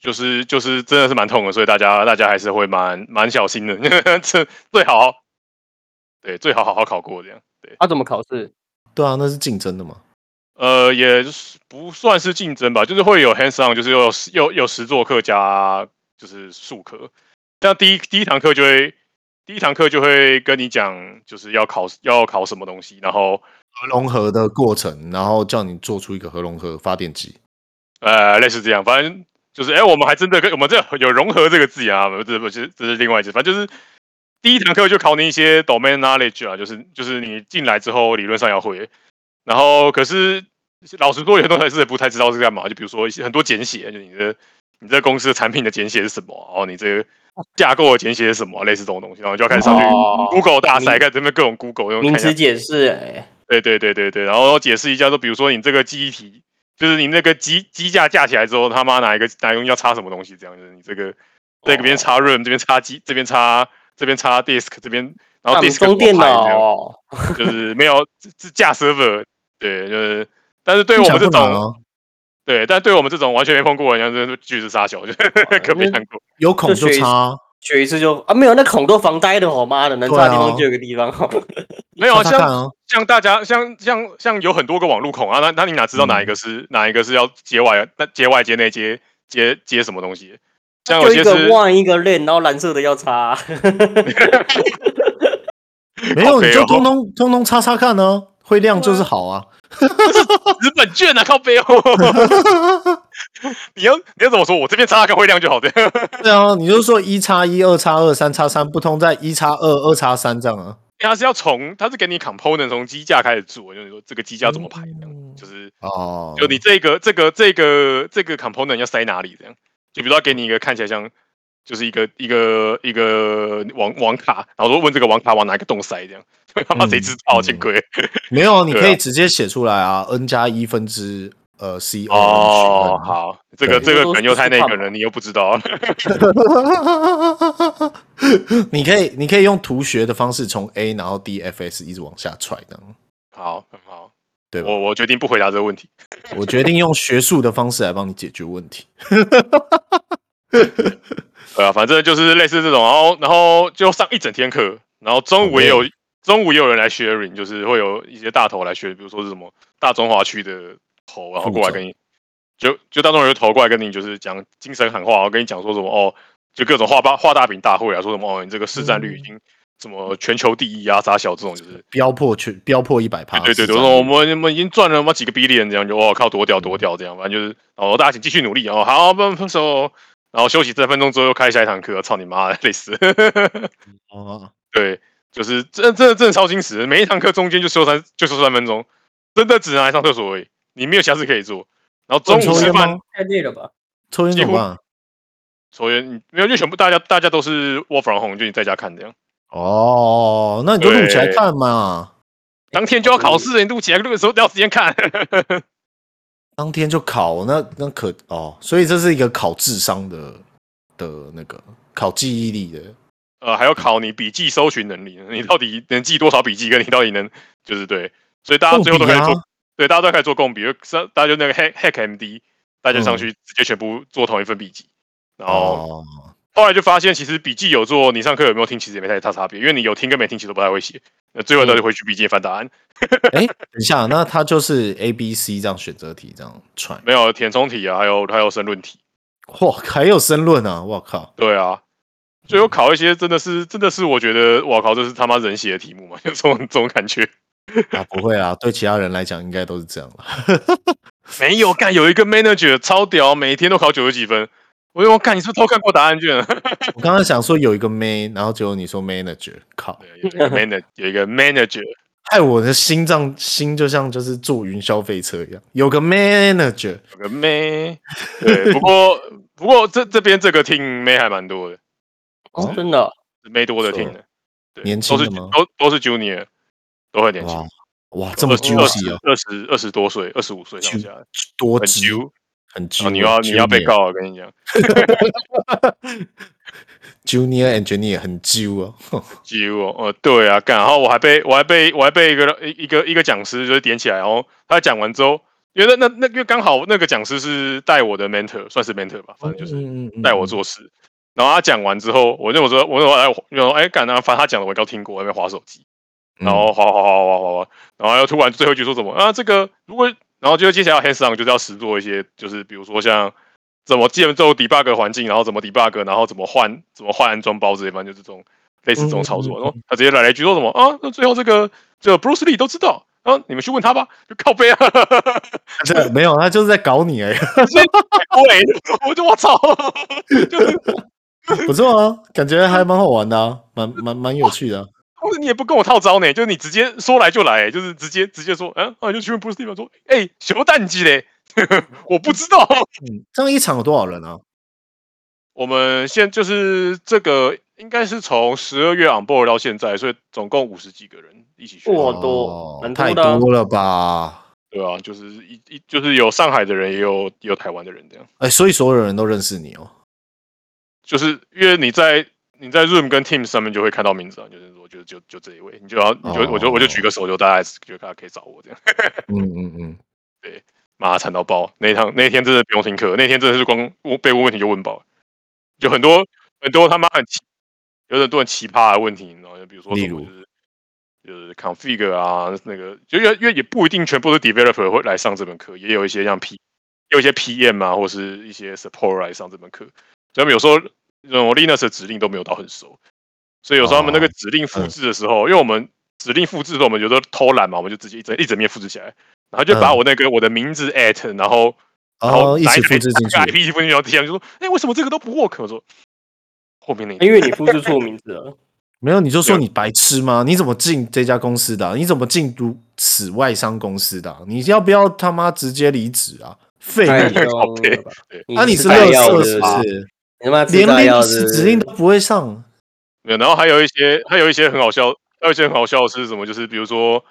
Speaker 4: 就是就是真的是蛮痛的，所以大家大家还是会蛮蛮小心的， (laughs) 这最好对最好好好考过这样。对，
Speaker 1: 啊，怎么考试？
Speaker 3: 对啊，那是竞争的嘛。
Speaker 4: 呃，也是不算是竞争吧，就是会有 hands on，就是有有有实作课加就是数课。但第一第一堂课就会第一堂课就会跟你讲，就是要考要考什么东西，然后
Speaker 3: 核融合的过程，然后叫你做出一个核融合发电机。
Speaker 4: 呃，类似这样，反正就是，哎、我们还真的跟我们这有融合这个字眼啊，不是不是，这是另外一次，反正就是第一堂课就考你一些 domain knowledge 啊，就是就是你进来之后理论上要会，然后可是老实说，有些东西还是不太知道是干嘛，就比如说一些很多简写，就你的你这个公司的产品的简写是什么，然后你这个架构的简写是什么，类似这种东西，然后就要开始上去
Speaker 1: 哦
Speaker 4: Google 大赛，
Speaker 1: 名
Speaker 4: 看这边各种 Google，用
Speaker 1: 名
Speaker 4: 看一下
Speaker 1: 词解释，哎，
Speaker 4: 对对对对对，然后解释一下说，比如说你这个记忆体，就是你那个机机架架起来之后，他妈哪一个哪个东西要插什么东西，这样就是你这个这
Speaker 1: 哦
Speaker 4: 个边插 RAM，这边插机，这边插这边插 disk，这边然后
Speaker 1: 上
Speaker 4: disk
Speaker 1: 中啊电
Speaker 4: 怎么
Speaker 1: 脑
Speaker 4: 排
Speaker 1: 哦，
Speaker 4: 这样就是 (laughs) 没有这这架 server，对，就是但是对我
Speaker 3: 听起来
Speaker 4: 们这
Speaker 3: 不难
Speaker 4: 种
Speaker 3: 啊，
Speaker 4: 对，但对我们这种完全没碰过的人，就是巨石杀手，就是
Speaker 1: 哦
Speaker 4: (laughs)
Speaker 1: (laughs)
Speaker 4: 可没看过。
Speaker 3: 有孔就
Speaker 1: 就学
Speaker 3: 插啊，
Speaker 1: 学一次就啊，没有那孔都防呆的，我妈的，能
Speaker 3: 对
Speaker 1: 差
Speaker 3: 啊
Speaker 1: 地方就有个地方好。
Speaker 4: 没有啊，
Speaker 3: 插插看
Speaker 4: 像
Speaker 3: 啊，
Speaker 4: 像大家像像像有很多个网路孔啊，那那你哪知道哪
Speaker 1: 嗯
Speaker 4: 一个是、哪一个是要接外，那接外接内接接接什么东西？像有
Speaker 1: 就
Speaker 4: 些
Speaker 1: 一
Speaker 4: 是
Speaker 1: 个 one 一个 len，然后蓝色的要插， (laughs)
Speaker 3: 没有
Speaker 4: 靠
Speaker 3: 你
Speaker 4: 北
Speaker 3: 就
Speaker 4: 哦
Speaker 3: 通通通通插插看呢，会亮就是好啊。
Speaker 4: 纸本卷啊，靠背哦。 (laughs) 你要你要怎么说？我这边插个会亮就好的。 (laughs)
Speaker 3: 对啊，你就说一插一、二插二、三插三，不通在一插二、二插三这样啊。
Speaker 4: 它是要从它是给你 component 从机架开始做，就是说这个机架怎么排，这样
Speaker 3: 嗯
Speaker 4: 就是
Speaker 3: 哦，
Speaker 4: 就你这个这个这个这个 component 要塞哪里这样，就比如说给你一个看起来像就是一个一个一个网网卡，然后说问这个网卡往哪个洞塞这样，他妈谁知道啊，
Speaker 3: 嗯
Speaker 4: 见鬼！
Speaker 3: 没有，你
Speaker 4: 对啊
Speaker 3: 可以直接写出来啊，n 加一分之呃 c
Speaker 4: 哦，，好，这个这个
Speaker 1: 对
Speaker 4: 可能又太那个
Speaker 1: 这都是
Speaker 4: 了，你又不知道。
Speaker 3: (laughs) 你可以你可以用图学的方式从 a 然后 d f s 一直往下踹的，
Speaker 4: 好，很好，
Speaker 3: 对吧？
Speaker 4: 我我决定不回答这个问题。
Speaker 3: 我决定用学术的方式来帮你解决问题。
Speaker 4: 对啊，反正就是类似这种，然后然后就上一整天课，然后中午也有、中午也有人来 sharing，就是会有一些大头来学，比如说是什么大中华区的头，然后过来跟你，就就大中华区的头过来跟你就是讲精神喊话，然后跟你讲说什么哦，就各种画大画大饼大会啊，说什么哦，你这个市占率已经什么全球第一啊，啥小这种就是。
Speaker 3: 标破全标破一百趴，
Speaker 4: 哎对对对，
Speaker 3: 啊是
Speaker 4: 我
Speaker 3: 这样
Speaker 4: 说我们我们已经赚了嘛几个 billion 这样，就哦哇靠多屌多屌这样，反正就是哦，大家请继续努力哦，好，不分手，然后休息三分钟之后又开下一堂课，操你妈的，累死。
Speaker 3: 哦，
Speaker 4: (laughs) 对，就是这这真的超精实，每一堂课中间就休三就休三分钟，真的只拿来上厕所而已，你没有瑕疵可以做。然后中
Speaker 3: 哦抽
Speaker 4: 午吃
Speaker 3: 烟
Speaker 4: 饭
Speaker 3: 吗？
Speaker 1: 太累了吧？
Speaker 3: 抽烟怎么办？
Speaker 4: 抽烟，你没有就全部大家大家都是 work from home，就你在家看这样。
Speaker 3: 哦，那你就录起来看嘛，
Speaker 4: 当天就要考试，你录起来，那个时候要时间看。
Speaker 3: 当天就考，那那可哦，所以这是一个考智商的的那个考记忆力的，
Speaker 4: 呃，还要考你笔记搜寻能力，你到底能记多少笔记，跟你到底能就是对，所以大家最后都开始
Speaker 3: 共
Speaker 4: 做，
Speaker 3: 笔啊
Speaker 4: 对，大家都开始做共笔，就是大家就那个 hack hack MD，大家上去直接全部做同一份笔记，然后
Speaker 3: 嗯哦，
Speaker 4: 后来就发现，其实笔记有做，你上课有没有听，其实也没太大差别，因为你有听跟没听，其实都不太会写。那最后
Speaker 3: 嗯
Speaker 4: 都是回去笔记翻答案，
Speaker 3: 哎，等一下，那它就是 A、B、C 这样选择题这样串，
Speaker 4: 没有填充题啊，还有还有申论题，
Speaker 3: (laughs) 哇，还有申论啊，我靠，
Speaker 4: 对啊。最后考一些真的是真的是，我觉得我靠，这是他妈人写的题目嘛，就 (laughs) 这种这种感觉。
Speaker 3: 啊不会啊，对其他人来讲应该都是这样了，
Speaker 4: 没有干，有一个 manager 超屌，每天都考九十几分。我就说干，你是不是偷看过答案卷啊？
Speaker 3: 我刚刚想说有一个 man，然后结果你说 manager，靠，
Speaker 4: 对有一个 manager (laughs) 有一个 manager，
Speaker 3: 害我的心脏心就像就是坐云霄飞车一样，有个 manager，
Speaker 4: 有个
Speaker 3: (laughs)
Speaker 4: 妹。对，不过不过这这边这个 team 妹还蛮多的，
Speaker 1: 哦，真的啊、
Speaker 4: 妹多的
Speaker 3: 是哦
Speaker 4: team 的，对
Speaker 3: 年
Speaker 4: 都
Speaker 3: 轻
Speaker 4: 是
Speaker 3: 的吗
Speaker 4: 都都是 junior，都很年轻
Speaker 3: 哇，哇，这么
Speaker 4: 二十
Speaker 3: juicy 哦，
Speaker 4: 二十二十多岁，二十五岁上下，
Speaker 3: 多
Speaker 4: 很
Speaker 3: 汁，
Speaker 4: 久。
Speaker 3: 很
Speaker 4: 然后
Speaker 3: junior，
Speaker 4: 你要你要
Speaker 3: 哦
Speaker 4: 被
Speaker 3: junior
Speaker 4: 告，我跟你讲，
Speaker 3: ，junior engineer 很 ju 哦，哼
Speaker 4: 几乎哦，呃，对啊，干，然后我还被我还被我还被一个一一个一个讲师就是点起来，然后他讲完之后，因为那那那因为刚好那个讲师是带我的 mentor，算是 mentor 吧，反正就是
Speaker 3: 嗯嗯
Speaker 4: 带我，做事。然后他讲完之后，我就我说我说哎，我就说哎，干啊，反正他讲的我都听过，我在那边划手机。
Speaker 3: 嗯
Speaker 4: 然后滑滑滑滑滑滑，然后又突然最后一句说什么啊？这个如果然后就接下来 hands on 就是要实做一些，就是比如说像怎么建构 debug 环境，然后怎么 debug，然后怎么换怎么换安装包之类，反正就是这种类似这种操作。然后他直接来了一句说什么啊？那最后这个这个 Bruce Lee 都知道。啊！你们去问他吧，就靠背啊！
Speaker 3: (laughs)
Speaker 4: (laughs)
Speaker 3: 这没有，他就是在搞你而已，
Speaker 4: 喂，我就我操！就是
Speaker 3: 不错啊，感觉还蛮好玩的啊，蛮蛮蛮有趣的啊，
Speaker 4: 或者你也不跟我套招呢，就是你直接说来就来，就是直接直接说，嗯、啊，你就去问 Bruce Lee 吧，说，哎、什么蛋鸡嘞？ (laughs) 我不知道，
Speaker 3: 嗯，这样一场有多少人啊？
Speaker 4: 我们现就是这个，应该是从十二月 on board 到现在，所以总共五十几个人一起去，
Speaker 1: 哇多
Speaker 3: 哦
Speaker 1: 蛮多
Speaker 3: 太
Speaker 1: 的啊
Speaker 3: 多了吧？
Speaker 4: 对啊，就是一一就是有上海的人，也有也有台湾的人，这样，
Speaker 3: 哎，所以所有人都认识你
Speaker 4: (laughs)
Speaker 3: 哦，
Speaker 4: 就是因为你在你在 Room 跟 Teams 上面就会看到名字啊，就是我就就就这一位，你就要你就、我就我就举个手，就大家就大家可以找我这样，
Speaker 3: 嗯嗯嗯，
Speaker 4: 妈惨到爆，那一趟那天真的不用听课，那天真的是光我被问问题就问爆，就很多很多他妈很奇，有很多很奇葩的问题，你知道吗，就比如说
Speaker 3: 例
Speaker 4: 什么
Speaker 3: 如
Speaker 4: 就是就是 config 啊，那个就因为因为也不一定全部是 developer 会来上这门课，也有一些像 P，也有一些 PM 啊，或是一些 support 来上这门课，所以他们有时候那种 Linux 的指令都没有到很熟，所以有时候他们那个
Speaker 3: 哦
Speaker 4: 指令复
Speaker 3: 嗯
Speaker 4: 制的时候，因为我们指令复制的时候，我们有时候偷懒嘛，我们就直接一整一整面复制起来。然后就把
Speaker 3: 嗯
Speaker 4: 我那个我的名字 at，然后然后
Speaker 3: 哦，一
Speaker 4: 拿
Speaker 3: 起
Speaker 4: 个
Speaker 3: 复制进去
Speaker 4: 拿，一个 IP 复制进去，然后 T M 就说，哎，为什么这个都不 work？我说后面那一段
Speaker 1: 因为你复制错名字了。
Speaker 3: 没有，你就说
Speaker 4: 对
Speaker 3: 你白痴吗？你怎么进这家公司的啊、你怎么进如此外商公司的啊、你要不要他妈直接离职啊？废
Speaker 1: 太
Speaker 3: 物！
Speaker 4: 靠
Speaker 1: 凶
Speaker 4: 北
Speaker 1: 了吧！嗯
Speaker 3: 啊，你是
Speaker 1: 吃
Speaker 3: 乐
Speaker 1: 炸药
Speaker 3: 色
Speaker 1: 的
Speaker 3: 是
Speaker 1: 吧
Speaker 3: 不是？
Speaker 1: 你他妈吃
Speaker 3: 连
Speaker 1: 炸药
Speaker 3: 面
Speaker 1: 的
Speaker 3: 试指令都不会上，
Speaker 4: 对，然后还有一些，还有一些很好笑，还有一些很好笑的是什么？就是比如说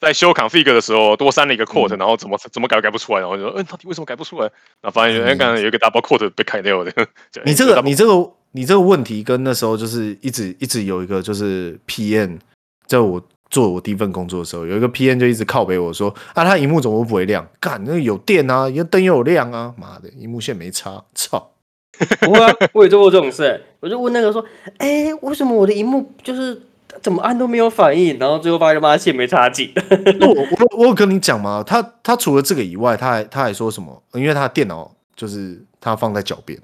Speaker 4: 在修 config 的时候多删了一个
Speaker 3: 嗯
Speaker 4: quote，、然后怎么怎么改都改不出来，然后就说，嗯，到底为什么改不出来？然后发现原来
Speaker 3: 嗯
Speaker 4: 刚才有一个 double quote 被砍掉的。 (laughs) 对
Speaker 3: 你这
Speaker 4: 一
Speaker 3: 个
Speaker 4: double-
Speaker 3: 你这个你这个问题跟那时候就是一直一直有一个就是 PM，在我做我第一份工作的时候，有一个 PM 就一直靠北我说啊，他荧幕怎么不会亮？干，那个有电啊，有灯又有亮啊，妈的，荧幕线没插，操！ (laughs)
Speaker 1: 不会啊，我也做过这种事、我就问那个说，哎、为什么我的荧幕就是怎么按都没有反应？然后最后发现妈线没插紧。
Speaker 3: 那我我我有跟你讲嘛，他他除了这个以外，他还他还说什么？因为他的电脑就是他放在脚边，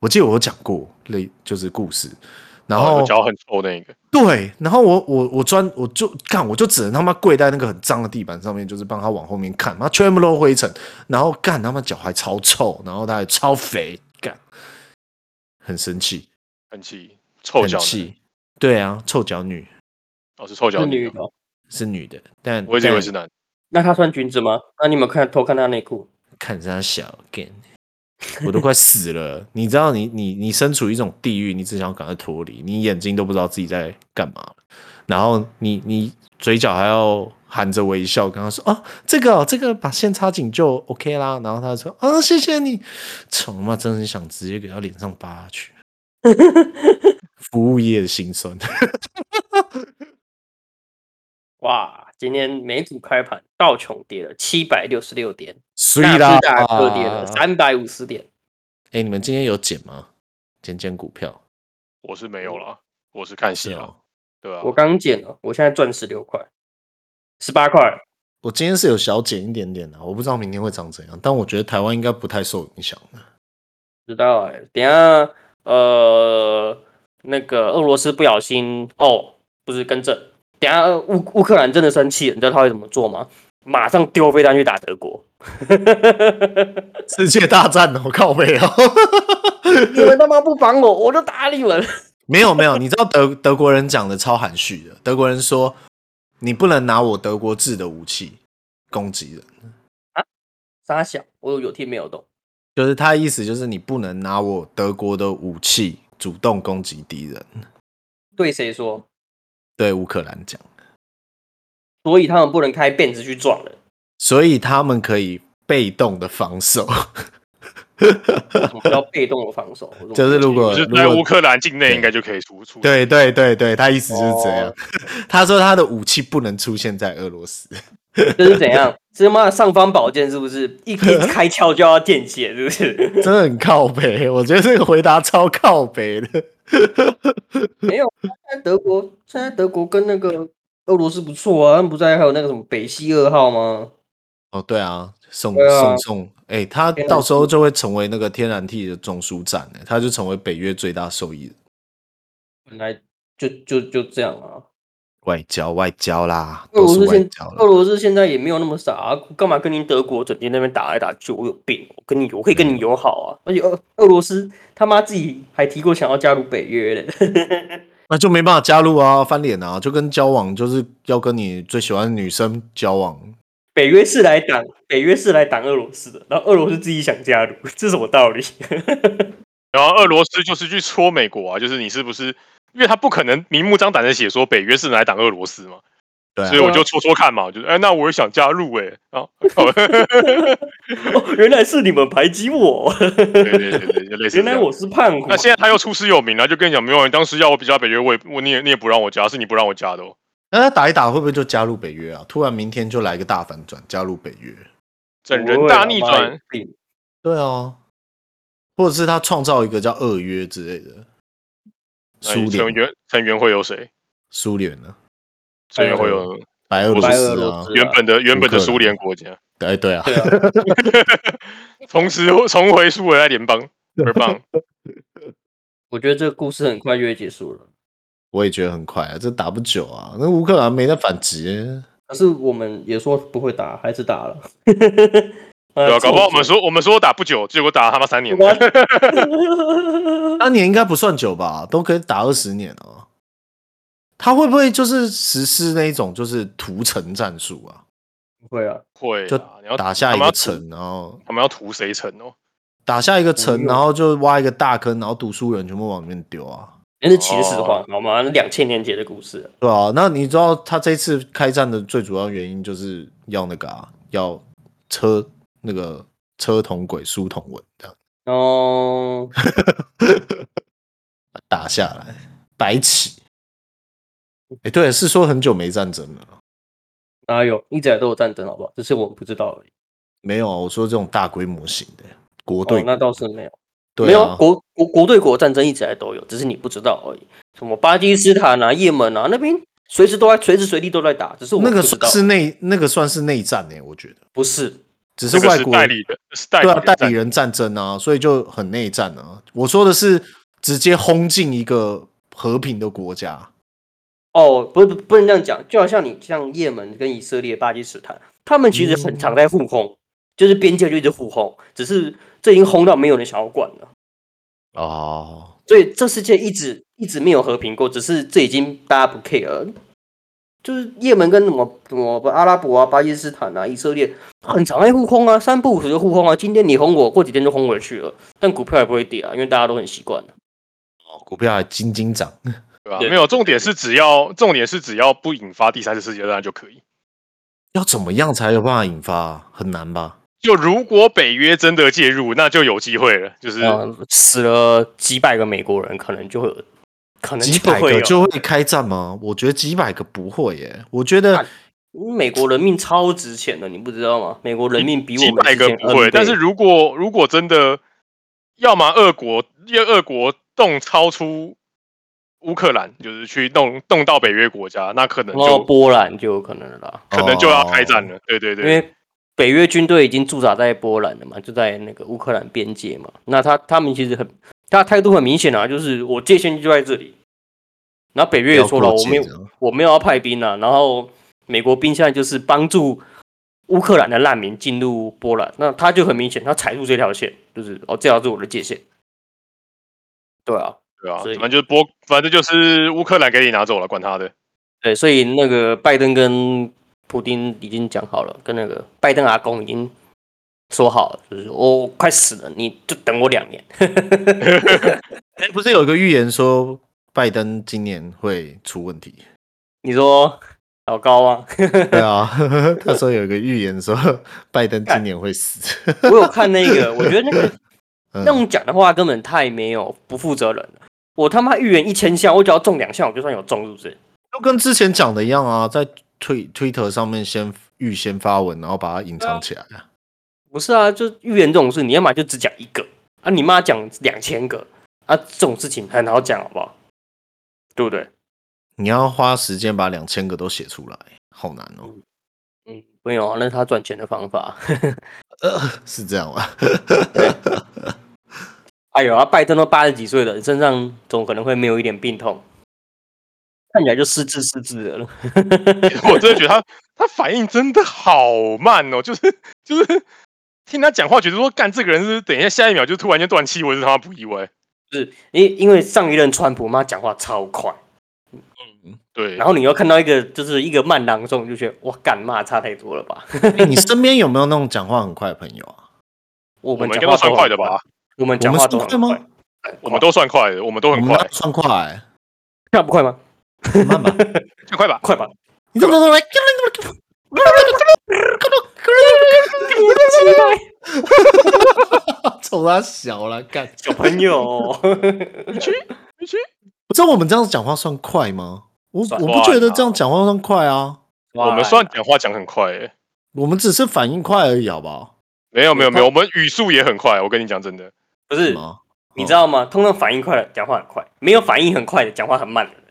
Speaker 3: 我记得我有讲过类就是故事，然
Speaker 4: 哦
Speaker 3: 后
Speaker 4: 有脚很臭那个，
Speaker 3: 对，然后我我我专我就干，我就只能他妈跪在那个很脏的地板上面，就是帮他往后面看，妈全部都灰尘，然后干他妈脚还超臭，然后他还超肥，干，很生气，
Speaker 4: 很气，臭
Speaker 3: 很
Speaker 4: 脚
Speaker 3: 气，对啊，臭脚女
Speaker 4: 哦是臭脚
Speaker 1: 是
Speaker 4: 女
Speaker 1: (laughs) 女
Speaker 4: 哦，
Speaker 1: 的哦，
Speaker 3: 是女的，但
Speaker 4: 我一直以为是男的。
Speaker 1: 那她穿裙子吗？那你有没有看偷看她内裤？ (laughs)
Speaker 3: 但看着她小干，我都快死了， (laughs) 你知道你你你身处一种地狱，你只想赶快脱离，你眼睛都不知道自己在干嘛了然后你你嘴角还要含着微笑跟他说啊，这个哦、这个把线插紧就 OK 啦。然后他说啊，谢谢你，操他妈，真的很想直接给他脸上扒下去。服务业的辛酸， (laughs)
Speaker 1: 哇，今天美股开盘道琼跌了七百六十六点，
Speaker 3: 所以
Speaker 1: 纳斯
Speaker 3: 啦，
Speaker 1: 达克跌了
Speaker 3: 哎、
Speaker 1: 三百五十点。
Speaker 3: 你们今天有减吗？减减股票
Speaker 4: 我是没有
Speaker 1: 嗯
Speaker 4: 啦，我是看戏
Speaker 3: 是
Speaker 4: 啦
Speaker 3: 哦，，
Speaker 4: 对啊
Speaker 1: 我，刚减了，我现在赚十六块，十八块。
Speaker 3: 我今天是有小减一点点的、我不知道明天会长怎样，但我觉得台湾应该不太受影响啊的。
Speaker 1: 知道哎、等一下呃，那个俄罗斯不小心哦，不是更正，等一下呃乌乌克兰真的生气了，你知道他会怎么做吗？马上丢飞弹去打德国。
Speaker 3: 世界大战哦，靠背哦。
Speaker 1: (laughs) 你们他妈不防我，我就打你们！
Speaker 3: (laughs) 没有没有，你知道德德国人讲的超含蓄的。德国人说，你不能拿我德国制的武器攻击人，
Speaker 1: 傻小，我有听没有懂。
Speaker 3: 就是他的意思就是你不能拿我德国的武器主动攻击敌人。
Speaker 1: 对谁说？
Speaker 3: 对乌克兰讲，
Speaker 1: 所以他们不能开辫子去撞人。
Speaker 3: 所以他们可以被动的防守， (laughs)
Speaker 1: 为什么叫被动的防守？我怎
Speaker 3: (laughs)
Speaker 1: 么
Speaker 3: 就是
Speaker 1: 不
Speaker 3: 如
Speaker 1: 清楚
Speaker 3: 果
Speaker 4: 就是
Speaker 3: 呃如
Speaker 4: 在乌
Speaker 3: 果
Speaker 4: 克兰境内应该就可以出出。
Speaker 3: 对对对对，他意思就是这样。
Speaker 1: 哦
Speaker 3: 他说他的武器不能出现在俄罗斯。
Speaker 1: 这是怎样？这他妈的尚方宝剑是不是？一一开鞘就要见血，是不
Speaker 3: (laughs)
Speaker 1: 是？
Speaker 3: 真的很靠北，我觉得这个回答超靠北的。
Speaker 1: 没有，现在德国现在德国跟那个俄罗斯不错啊，他们不是还有那个什么北溪二号吗？
Speaker 3: 哦，对啊，送
Speaker 1: 对啊
Speaker 3: 送送，哎、他
Speaker 1: 天然
Speaker 3: 到时候
Speaker 1: 气
Speaker 3: 就会成为那个天然气的中枢站、欸，他就成为北约最大受益人。
Speaker 1: 本来就就就这样啊。
Speaker 3: 外交，外交啦，
Speaker 1: 俄
Speaker 3: 都
Speaker 1: 罗
Speaker 3: 是
Speaker 1: 斯
Speaker 3: 外
Speaker 1: 现
Speaker 3: 交啦。
Speaker 1: 俄罗斯现在也没有那么傻、啊，干嘛跟你德国整天那边打来打去？我有病，我跟你我可以跟你友
Speaker 3: 嗯
Speaker 1: 好啊！而且俄俄罗斯他妈自己还提过想要加入北约嘞。
Speaker 3: 那就没办法加入啊，翻脸啊，就跟交往就是要跟你最喜欢的女生交往，
Speaker 1: (laughs) 北约是来挡北约是来挡俄罗斯的，然后俄罗斯自己想加入， (laughs) 这什么道理？
Speaker 4: 然后俄罗斯就是去戳美国啊，就是你是不是？因为他不可能明目张胆的写说北约是来挡俄罗斯嘛，
Speaker 3: 对啊
Speaker 4: 所以，我就戳戳看嘛，我就哎、那我也想加入哎、然后靠
Speaker 1: 哦，原来是你们排挤我，
Speaker 4: 对对对对，就类似这
Speaker 1: 原来
Speaker 4: 样
Speaker 1: 我是叛国
Speaker 4: 啊那。现在他又出师有名了，就跟你讲，没有人当时要我比较北约，我也我你也你也不让我加，是你不让我加的哦。
Speaker 3: 那他打一打会不会就加入北约啊？突然明天就来个大反转，加入北约。
Speaker 4: 整人
Speaker 1: 啊
Speaker 4: 大逆转，，哎
Speaker 3: 对啊，或者是他创造一个叫俄约之类的，
Speaker 4: 那
Speaker 3: 苏
Speaker 4: 成
Speaker 3: 联，
Speaker 4: 员成员会有谁？
Speaker 3: 苏联呢？
Speaker 4: 成员会有
Speaker 3: 白俄罗
Speaker 4: 白
Speaker 1: 俄
Speaker 3: 斯
Speaker 1: 罗
Speaker 3: 啊
Speaker 1: 斯，
Speaker 4: 原本的原本
Speaker 3: 乌克
Speaker 4: 的
Speaker 3: 兰
Speaker 4: 苏联国家，
Speaker 3: 哎，对啊，
Speaker 1: 对啊， (laughs)
Speaker 4: 从此重回苏维埃
Speaker 3: (laughs)
Speaker 4: 联邦，而棒。
Speaker 1: 我觉得这个故事很快就会结束了。
Speaker 3: 我也觉得很快啊，这打不久啊，那乌克兰没得反击，
Speaker 1: 可是我们也说不会打，还是打了。
Speaker 4: 对
Speaker 1: 对
Speaker 4: 啊，
Speaker 3: 呃
Speaker 4: 搞不好我们说我们说打不久，结果打了他妈三年。 (laughs)
Speaker 3: 当年应该不算久吧，都可以打二十年啊。他会不会就是实施那一种就是屠城战术啊？
Speaker 1: 不会啊，
Speaker 4: 会
Speaker 3: 就
Speaker 4: 啊，你要
Speaker 3: 打下一
Speaker 4: 他
Speaker 3: 个
Speaker 4: 们要
Speaker 3: 城，然后
Speaker 4: 他们要屠谁城哦？
Speaker 3: 打下一个城，
Speaker 1: 没有
Speaker 3: 然后就挖一个大坑，然后读书人全部往里面丢啊，
Speaker 1: 那是秦始
Speaker 4: 哦
Speaker 1: 皇，好吗？那两千年前的故事了，
Speaker 3: 对啊，那你知道他这次开战的最主要原因就是要那个啊，要车那个车同轨、书同文这样
Speaker 1: 然后
Speaker 3: 打下来，白起。哎、对，是说很久没战争了，
Speaker 1: 哪有一直以来都有战争，好不好？只是我们不知道而已。
Speaker 3: 没有啊？我说这种大规模型的国
Speaker 1: 哦
Speaker 3: 队，，
Speaker 1: 那倒是没有，
Speaker 3: 对啊
Speaker 1: 没有国国国对国战争一直以来都有，只是你不知道而已。什么巴基斯坦啊、也门啊那边，随时都在随时随地都在打，只是我
Speaker 3: 那
Speaker 1: 们
Speaker 3: 个
Speaker 1: 不知道。
Speaker 3: 算是内那个算是内战呢、欸我觉得
Speaker 1: 不是
Speaker 3: 只是
Speaker 4: 这个
Speaker 3: 外
Speaker 4: 是
Speaker 3: 国
Speaker 4: 代理的，是代理
Speaker 3: 对啊
Speaker 4: 人
Speaker 3: 代理
Speaker 4: 战
Speaker 3: 人战争啊，所以就很内战啊。我说的是直接轰进一个和平的国家，
Speaker 1: 哦，不不不能这样讲，就好像你像也门跟以色列、巴基斯坦，他们其实很常在互轰，就是边界就一直互轰，只是这已经轰到没有人想要管了。
Speaker 3: 哦，
Speaker 1: 所以这世界一直一直没有和平过，只是这已经大家不 care 了。就是也门跟什么什么阿拉伯啊、巴基斯坦啊、以色列，很常爱互轰啊，三不五时就互轰啊。今天你轰我，过几天就轰回去了，但股票也不会跌啊，因为大家都很习惯了。
Speaker 3: 股票还斤斤涨。
Speaker 4: 对吧？
Speaker 1: 对
Speaker 4: 啊没有，重点是只要重点是只要不引发第三次世界大战就可以。
Speaker 3: 要怎么样才有办法引发、很难吧？
Speaker 4: 就如果北约真的介入，那就有机会了。就是
Speaker 3: 啊
Speaker 1: 嗯，死了几百个美国人，可能就会有，可能
Speaker 3: 几
Speaker 1: 就
Speaker 3: 百
Speaker 1: 会
Speaker 3: 个
Speaker 1: 有。
Speaker 3: 就会开战吗？我觉得几百个不会耶。我觉得
Speaker 1: 啊美国人命超值钱的，你不知道吗？美国人命比我
Speaker 4: 几
Speaker 1: 们
Speaker 4: 百个
Speaker 1: 之前
Speaker 4: 不会，
Speaker 1: N 倍
Speaker 4: 但是如果如果真的，要么俄国，要俄国动超出乌克兰，就是去动动到北约国家，那可能就、
Speaker 1: 然后波兰就有可能了啦，
Speaker 4: 可能就要开战
Speaker 3: 哦
Speaker 4: 了。对对
Speaker 1: 因
Speaker 4: 对，
Speaker 1: 为北约军队已经驻扎在波兰了嘛，就在那个乌克兰边界嘛。那他他们其实很，他态度很明显啊，就是我界限就在这里。然后北约也说了，我没有我没有要派兵啊。然后美国兵现在就是帮助乌克兰的难民进入波兰，那他就很明显，他踩入这条线，就是哦，这条是我的界限。对啊，
Speaker 4: 对啊，
Speaker 1: 所以
Speaker 4: 反正就是波，反正就是乌克兰给你拿走了，管他
Speaker 1: (laughs)
Speaker 4: 的。
Speaker 1: 对，所以那个拜登跟普丁已经讲好了，跟那个拜登阿公已经说好了，就是我、快死了，你就等我两年。 (laughs)
Speaker 3: 哎，不是有一个预言说拜登今年会出问题？
Speaker 1: 你说老高啊， (laughs)
Speaker 3: 对啊， (laughs) 他说有一个预言说 (laughs) 拜登今年会死。
Speaker 1: 我有看那个，我觉得那个
Speaker 3: 嗯
Speaker 1: 那种讲的话根本太没有不负责任了。我他妈预言一千项，我只要中两项，我就算有中，是不是？
Speaker 3: 就跟之前讲的一样啊，在推 Twitter 上面先预先发文，然后把它隐藏起来啊。
Speaker 1: 不是啊，就预言这种事，你要么就只讲一个啊，你妈讲两千个啊，这种事情很好讲，好不好？对不对？
Speaker 3: 你要花时间把两千个都写出来，好难哦。
Speaker 1: 嗯，没有啊，那是他赚钱的方法。
Speaker 3: 是这样吗？
Speaker 1: 哎呦，啊，拜登都八十几岁了，身上总可能会没有一点病痛，看起来就失智失智的了。 (laughs)
Speaker 4: 我真的觉得他他反应真的好慢哦，就是就是听他讲话，觉得说干这个人是不是等一下下一秒就突然间断气，我是他妈不意外。
Speaker 1: 就是因因为上一任川普妈讲话超快，
Speaker 4: 对，
Speaker 1: 然后你又看到一个就是一个慢郎中，你就觉得哇，干骂差太多了吧？
Speaker 3: 哎你身边有没有那种讲话很快的朋友啊？
Speaker 1: 我
Speaker 4: 我
Speaker 1: 们
Speaker 4: 们应
Speaker 1: 讲
Speaker 4: 该都
Speaker 1: 话都
Speaker 4: 算
Speaker 1: 很
Speaker 4: 快的吧？？
Speaker 1: 我们
Speaker 3: 我
Speaker 1: 讲
Speaker 3: 们
Speaker 1: 话
Speaker 3: 算
Speaker 1: 都
Speaker 3: 快
Speaker 1: 很
Speaker 3: 吗
Speaker 1: 快？？
Speaker 4: 我们都算快的，我们都
Speaker 3: 我
Speaker 4: 很
Speaker 3: 们
Speaker 4: 快，
Speaker 3: 那算快、
Speaker 1: 那不快吗？
Speaker 3: 很慢吧？
Speaker 4: 很快吧？
Speaker 1: 快吧！
Speaker 3: 你怎么来？ (laughs) 瞅他啊小了，干！
Speaker 1: 小朋友， (laughs)
Speaker 3: 嗯不知道我们这样讲话算快吗？我
Speaker 1: 算
Speaker 3: 我不觉得这样讲话算快啊，
Speaker 4: 我们算讲话讲很快、欸，
Speaker 3: 我们只是反应快而已，好不好？
Speaker 4: 没有没有没有，我们语速也很快。我跟你讲真的，
Speaker 1: 不
Speaker 3: 是
Speaker 1: 是？
Speaker 3: 吗？哦
Speaker 1: 你知道吗？通常反应快的讲话很快，没有反应很快的讲话很慢的人。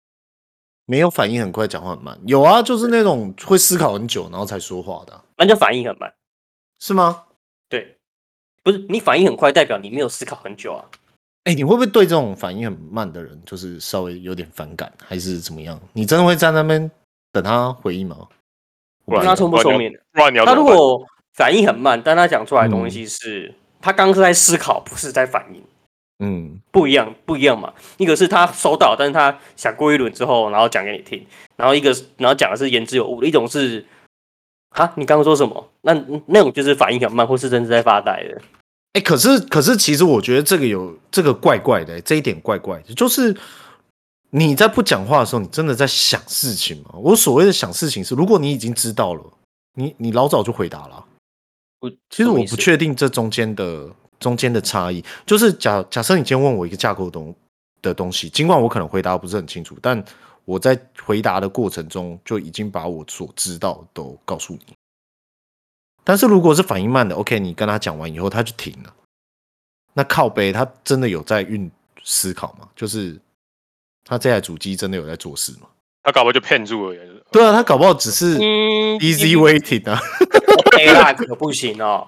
Speaker 3: 没有反应很快，讲话很慢。有啊，就是那种会思考很久然后才说话的啊，
Speaker 1: 那叫反应很慢。
Speaker 3: 是吗？
Speaker 1: 对，不是你反应很快，代表你没有思考很久啊。
Speaker 3: 哎，你会不会对这种反应很慢的人，就是稍微有点反感，还是怎么样？你真的会在那边等他回应吗？
Speaker 4: 不然
Speaker 1: 啊那聪不
Speaker 4: 不然
Speaker 1: 聪
Speaker 4: 你要
Speaker 1: 明？
Speaker 4: 不然你要
Speaker 1: 他
Speaker 4: 怎
Speaker 1: 如
Speaker 4: 么办？
Speaker 1: 果反应很慢，但他讲出来的东西是，他刚刚是在思考，不是在反应。
Speaker 3: 嗯，
Speaker 1: 不一样，不一样嘛。一个是他收到，但是他想过一轮之后，然后讲给你听，然后一个是然后讲的是言之有物，一种是啊，你刚刚说什么？那那种就是反应很慢，或是真是在发呆的。
Speaker 3: 哎、可是可是，其实我觉得这个有这个怪怪的、这一点怪怪的，就是你在不讲话的时候，你真的在想事情吗？我所谓的想事情是，如果你已经知道了，你你老早就回答了啊。
Speaker 1: 我
Speaker 3: 其实我不
Speaker 1: 什么意思
Speaker 3: 确定这中间的中间的差异，就是假假设你今天问我一个架构东的东西，尽管我可能回答不是很清楚，但我在回答的过程中就已经把我所知道的都告诉你。但是如果是反应慢的，OK，你跟他讲完以后他就停了，那靠背他真的有在运思考吗？就是他这台主机真的有在做事吗？
Speaker 4: 他搞不好就骗住了，就是
Speaker 3: 对啊，他搞不好只是
Speaker 1: 嗯
Speaker 3: easy waiting 啊。
Speaker 1: A 啦，可不行哦。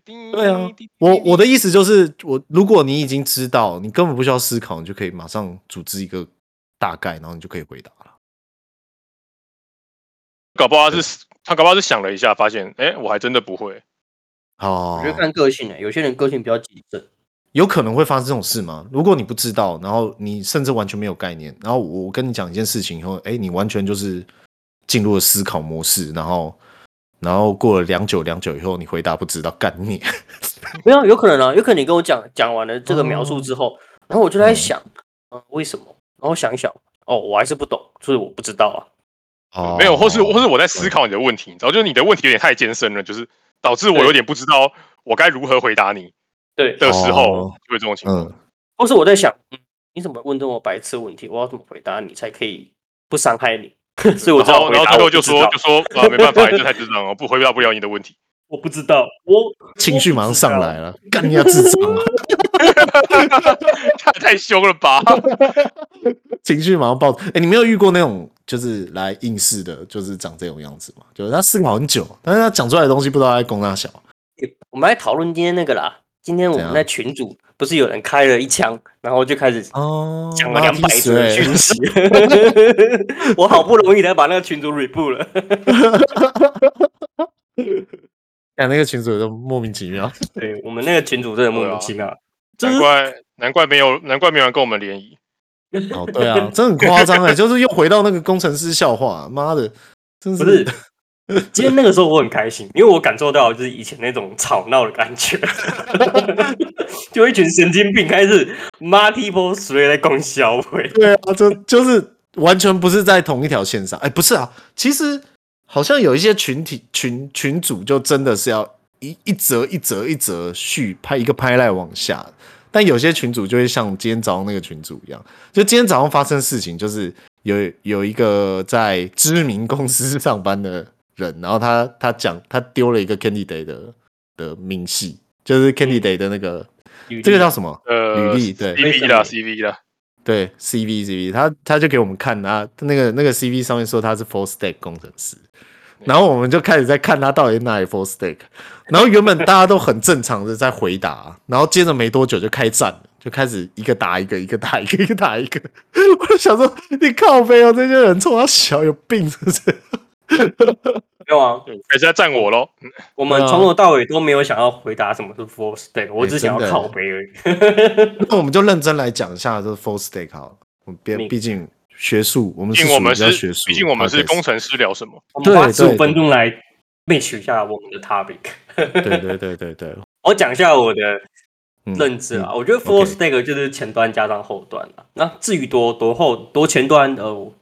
Speaker 3: 对啊，我我的意思就是，我如果你已经知道，你根本不需要思考，你就可以马上组织一个大概，然后你就可以回答了。
Speaker 4: 搞不好他是他搞不好是想了一下，发现哎、诶我还真的不会。
Speaker 3: 哦
Speaker 1: 我觉，得看个性的、有些人个性比较谨慎。
Speaker 3: 有可能会发生这种事吗？如果你不知道，然后你甚至完全没有概念，然后我我跟你讲一件事情以后，哎，你完全就是进入了思考模式，然后然后过了良久良久以后，你回答不知道，干你，
Speaker 1: 没有，有可能啊，有可能你跟我讲讲完了这个描
Speaker 4: 哦
Speaker 1: 述之后，然后我就在
Speaker 3: 嗯
Speaker 1: 想，嗯、为什么？然后想一想，哦，我还是不懂，所以我不知道啊。
Speaker 3: 哦
Speaker 4: 没有，或是或是我在思考你的问题，你知道，就是你的问题有点太艰深了，就是导致我有点不知道我该如何回答你
Speaker 1: 对，
Speaker 4: 的时候
Speaker 3: 哦，
Speaker 4: 就会这种情况。
Speaker 3: 嗯，
Speaker 1: 或是我在想，嗯，你怎么问这么白痴的问题？我要怎么回答你才可以不伤害你？ (laughs) 所以我
Speaker 4: 然
Speaker 1: 知道
Speaker 4: 后
Speaker 1: 回
Speaker 4: 然
Speaker 1: 答，
Speaker 4: 后最后就说
Speaker 1: 我不
Speaker 4: 就
Speaker 1: 知道
Speaker 4: 说
Speaker 1: (laughs)
Speaker 4: 啊，没办法，这太智障了，不回答不了你的问题。
Speaker 1: 我不知道，我
Speaker 3: 情绪马上上来，了，干你要智障啊！ (laughs)
Speaker 4: 太太凶了吧？
Speaker 3: 情绪马上爆。哎、你没有遇过那种就是来应试的，就是长这种样子吗？就是他思考很久，但是他讲出来的东西不知道在攻他小。
Speaker 1: 我们来讨论今天那个啦。今天我
Speaker 3: 怎
Speaker 1: 们
Speaker 3: 样
Speaker 1: 在群组不是有人开了一枪，然后就开始
Speaker 3: 哦
Speaker 1: 讲了两百
Speaker 3: 次
Speaker 1: 则的
Speaker 3: (laughs)
Speaker 1: 讯息， (laughs) 我好不容易才把那个群组 reboot 了。
Speaker 3: 哎，那个群主就莫名其妙。
Speaker 1: 对我们那个群主真的莫
Speaker 4: 对
Speaker 1: 名
Speaker 4: 啊
Speaker 1: 其妙，就是
Speaker 4: 难怪难怪没有难怪没有人跟我们联谊。
Speaker 3: (laughs) 哦，对啊，真的很夸张哎，就是又回到那个工程师笑话，妈的，真
Speaker 1: 不是。今天那个时候我很开心，因为我感受到就是以前那种吵闹的感觉， (laughs) 就一群神经病开始 multiple three 在攻小伟，
Speaker 3: 对啊，就就是完全不是在同一条线上。哎、不是啊，其实好像有一些群体群群主就真的是要一一折一折一折续拍一个拍赖往下，但有些群主就会像今天早上那个群主一样，就今天早上发生事情，就是有有一个在知名公司上班的人，然后他他讲他丢了一个 Candy Day 的的明细，就是 Candy Day 的那个、这个叫什么？
Speaker 4: 呃，
Speaker 3: 履历对
Speaker 4: CV 啦，CV 啦，
Speaker 3: 对，CV CV，他他就给我们看他那个那个 CV 上面说他是 full stack 工程师，然后我们就开始在看他到底哪里 full stack，然后原本大家都很正常的在回答，然后接着没多久就开战了，就开始一个打一个，一个打一个，一个打一个， (laughs) 我就想说你靠背哦，这些人冲他小有病是
Speaker 4: (laughs)
Speaker 3: 不是？
Speaker 1: 没有啊？
Speaker 4: 对，开始在赞我喽。
Speaker 1: 我们
Speaker 3: 对啊
Speaker 1: 从头到尾都没有想要回答什么是 full stack，我
Speaker 3: 哎
Speaker 1: 只想
Speaker 3: 真的
Speaker 1: 要靠背而已。
Speaker 3: 那我们就认真来讲一下这 full stack 好了，我们别
Speaker 1: 你
Speaker 3: 毕竟学术，我们
Speaker 4: 毕
Speaker 3: 是
Speaker 4: 竟我们
Speaker 3: 属于比较学
Speaker 4: 是
Speaker 3: 术，
Speaker 4: 毕竟我们是
Speaker 3: podcast
Speaker 4: 工程师，聊什么？
Speaker 1: 我们花
Speaker 3: 对
Speaker 1: 十
Speaker 3: 对
Speaker 1: 五分钟来 match 一下我们的 topic。
Speaker 3: 对对对对对，
Speaker 1: 我讲一下我的
Speaker 3: 嗯
Speaker 1: 认知啊，
Speaker 3: 嗯
Speaker 1: 我觉得 full
Speaker 3: OK
Speaker 1: stack 就是前端加上后端啊。那至于多多后多前端，呃，我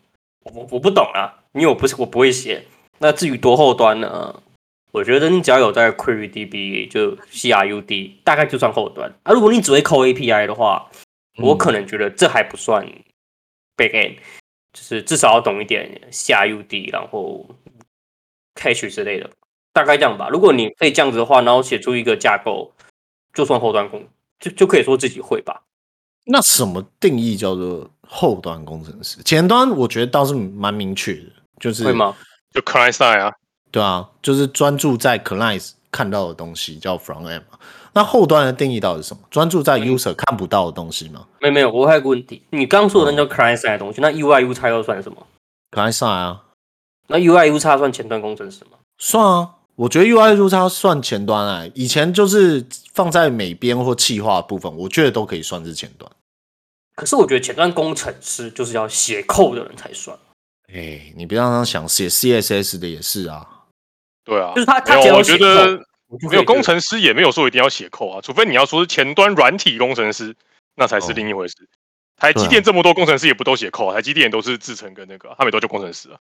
Speaker 1: 我我不懂啊，因为我不是我不会写。那至于多后端呢，我觉得你只要有在 query DB 就 CRUD，大概就算后端啊。如果你只会扣 API 的话，我可能觉得这还不算 back end，、就是至少要懂一点 CRUD，然后 cache 之类的，大概这样吧。如果你可以这样子的话，然后写出一个架构，就算后端工，就就可以说自己会吧。
Speaker 3: 那什么定义叫做后端工程师？前端我觉得倒是蛮明确的，就是
Speaker 1: 会？吗？
Speaker 4: 就 client side 啊，
Speaker 3: 对啊，就是专注在 client 看到的东西叫 from M。那后端的定义到底是什么？专注在 user 看不到的东西吗
Speaker 1: 没有没有，我还有个问题，你刚说的那叫 client side 的东西，那 UI U 叉又算什么？
Speaker 3: ？client side 啊，
Speaker 1: 那 UI U 叉算前端工程师吗？
Speaker 3: 算啊，我觉得 UI 入差算前端啊，以前就是放在美编或企划部分，我觉得都可以算是前端。
Speaker 1: 可是我觉得前端工程师就是要写扣的人才算，
Speaker 3: 哎、你别让他想写 CSS 的也是啊，
Speaker 4: 对啊，
Speaker 1: 就是他他
Speaker 4: 没
Speaker 1: 只
Speaker 4: 有，
Speaker 1: 要
Speaker 4: 我觉
Speaker 1: 写
Speaker 4: 得
Speaker 1: 扣我就可
Speaker 4: 没
Speaker 1: 以
Speaker 4: 有
Speaker 1: 觉
Speaker 4: 工
Speaker 1: 得
Speaker 4: 程师也没有说一定要写扣啊，除非你要说是前端软体工程师，那才是另一回事。台积
Speaker 3: 哦对啊
Speaker 4: 电这么多工程师也不都写扣、啊，台积电都是制程跟那个啊，他们都叫工程师啊。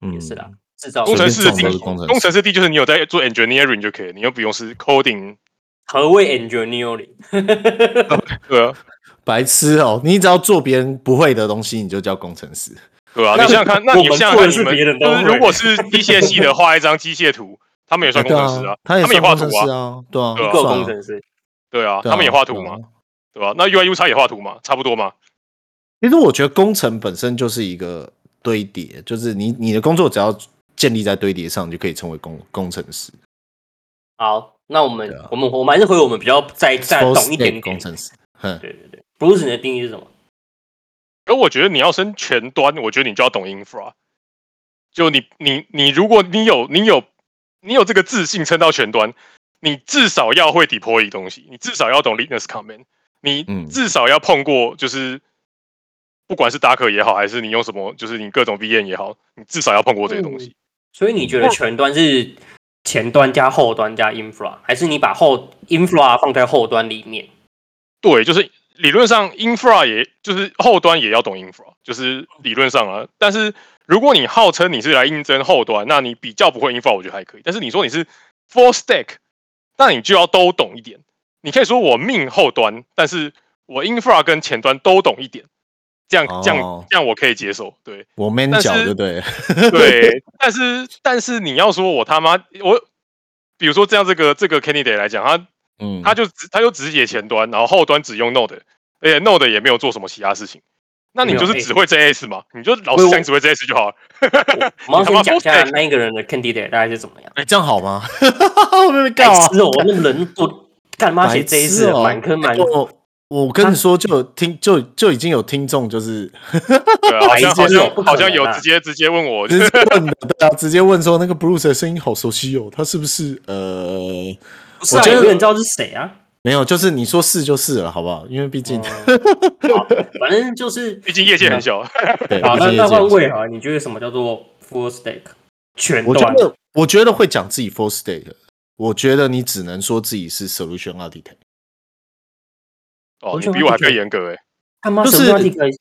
Speaker 3: 嗯，
Speaker 1: 也是啦，制造
Speaker 4: 工程师的
Speaker 3: 随
Speaker 4: 定
Speaker 3: 便
Speaker 4: 义，
Speaker 3: 撞都是工程师
Speaker 4: 工程师定义就是你有在做 engineering 就可以，你又不用是 coding。
Speaker 1: 何谓 engineering？
Speaker 3: 啊
Speaker 4: 对啊，
Speaker 3: 白痴哦、你只要做别人不会的东西，你就叫工程师。
Speaker 4: 对啊，你
Speaker 1: 那
Speaker 4: 想想看，那
Speaker 1: 我
Speaker 4: 你
Speaker 1: 们
Speaker 4: 想想看，
Speaker 1: 做的
Speaker 4: 你
Speaker 1: 是
Speaker 4: 们
Speaker 1: 别人都
Speaker 4: 就是如
Speaker 1: 会
Speaker 4: 果是机械系
Speaker 3: (laughs)
Speaker 4: 的，画一张机械图，他们也算工程师
Speaker 3: 对
Speaker 4: 啊
Speaker 3: 啊，，他也
Speaker 4: 们也
Speaker 3: 算
Speaker 4: 画
Speaker 3: 工
Speaker 4: 图
Speaker 3: 程师，啊，对啊，
Speaker 4: 对啊
Speaker 1: 做
Speaker 3: 算啊
Speaker 1: 工程师，
Speaker 4: 对啊，
Speaker 3: 对啊
Speaker 4: 他们也画图
Speaker 3: 对
Speaker 4: 嘛
Speaker 3: 啊，
Speaker 4: 对吧？那 UI U 叉也画图嘛，差不多嘛。
Speaker 3: 其实我觉得工程本身就是一个堆叠，就是你你的工作只要建立在堆叠上，你就可以成为工工程师。
Speaker 1: 好，那我们、
Speaker 3: 对啊
Speaker 1: 我们我们还是回我们比较再再
Speaker 3: Full
Speaker 1: 懂一点
Speaker 3: stack
Speaker 1: 点
Speaker 3: 工。程师，哼，
Speaker 1: 对对对，Bruce 你的定义是什么？
Speaker 4: 而我觉得你要升全端，我觉得你就要懂 infra。就你你你，如果你有你有你有这个自信撑到全端，你至少要会 deploy 东西，你至少要懂 Linux command，你
Speaker 3: 嗯
Speaker 4: 至少要碰过，就是、不管是 Docker 也好，还是你用什么，就是你各种 VM 也好，你至少要碰过这些东西。
Speaker 1: 所以你觉得
Speaker 4: 嗯
Speaker 1: 前端是前端加后端加 infra，还是你把后 infra 放在后端里面？
Speaker 4: 对，就是理论上 infra 也就是后端也要懂 infra，就是理论上啊。但是如果你号称你是来应征后端，那你比较不会 infra，我觉得还可以。但是你说你是 full stack，那你就要都懂一点。你可以说我命后端，但是我 infra 跟前端都懂一点，这样这样、
Speaker 3: 哦
Speaker 4: 这样我可以接受。对 (laughs)
Speaker 3: 我 man
Speaker 4: 但是
Speaker 3: 脚就对了，
Speaker 4: 对，但是但是你要说我他妈我，比如说这样这个这个 candidate 来讲，他
Speaker 3: 嗯，
Speaker 4: 他就只他就只写前端，然后后端只用 Node，而且 Node 也没有做什么其他事情。那你就是只会 JS 嘛？你就老
Speaker 1: 哎我
Speaker 4: 是想只会 JS 就好了。
Speaker 1: 我们
Speaker 4: 他
Speaker 1: 要
Speaker 4: 妈
Speaker 1: 先讲一下
Speaker 4: full stack
Speaker 1: 那一个人的 candidate 大概是怎么样。
Speaker 3: 哎这样好吗？ (laughs) 会不会被告啊
Speaker 1: 白痴哦，我那人多干妈写
Speaker 3: 白
Speaker 1: 这一
Speaker 3: 痴
Speaker 1: 次
Speaker 3: 哦，
Speaker 1: 满坑满
Speaker 3: 哎我我跟你说，就有听就就已经有听众就是
Speaker 4: 对啊，好像好
Speaker 1: 白痴哦不
Speaker 4: 像
Speaker 1: 可能啊
Speaker 4: 好像有直接直接问我，就
Speaker 3: 直
Speaker 4: 是
Speaker 3: 接问的，对啊，直接问说那个 Bruce 的声音好熟悉哦，他是不是呃
Speaker 1: 不是啊，
Speaker 3: 我觉得
Speaker 1: 有人知道是谁啊？
Speaker 3: 没有？就是你说是就是了，好不好？因为毕竟、
Speaker 1: 哦
Speaker 3: (laughs)
Speaker 1: 好，反正就是
Speaker 4: 毕竟业
Speaker 1: 啊
Speaker 4: 界很小，
Speaker 3: 对， (laughs)
Speaker 1: 好，
Speaker 3: 毕
Speaker 1: 那
Speaker 3: 竟
Speaker 1: 那
Speaker 3: 业界
Speaker 1: 换位啊，你觉得什么叫做 full stack 全
Speaker 3: 我觉
Speaker 1: 端？
Speaker 3: 得，我觉得会讲自己 full state，我觉得你只能说自己是 solution architect。
Speaker 4: 哦，你比我还更严格哎。
Speaker 1: 他妈
Speaker 3: 就是
Speaker 1: 什么 architect？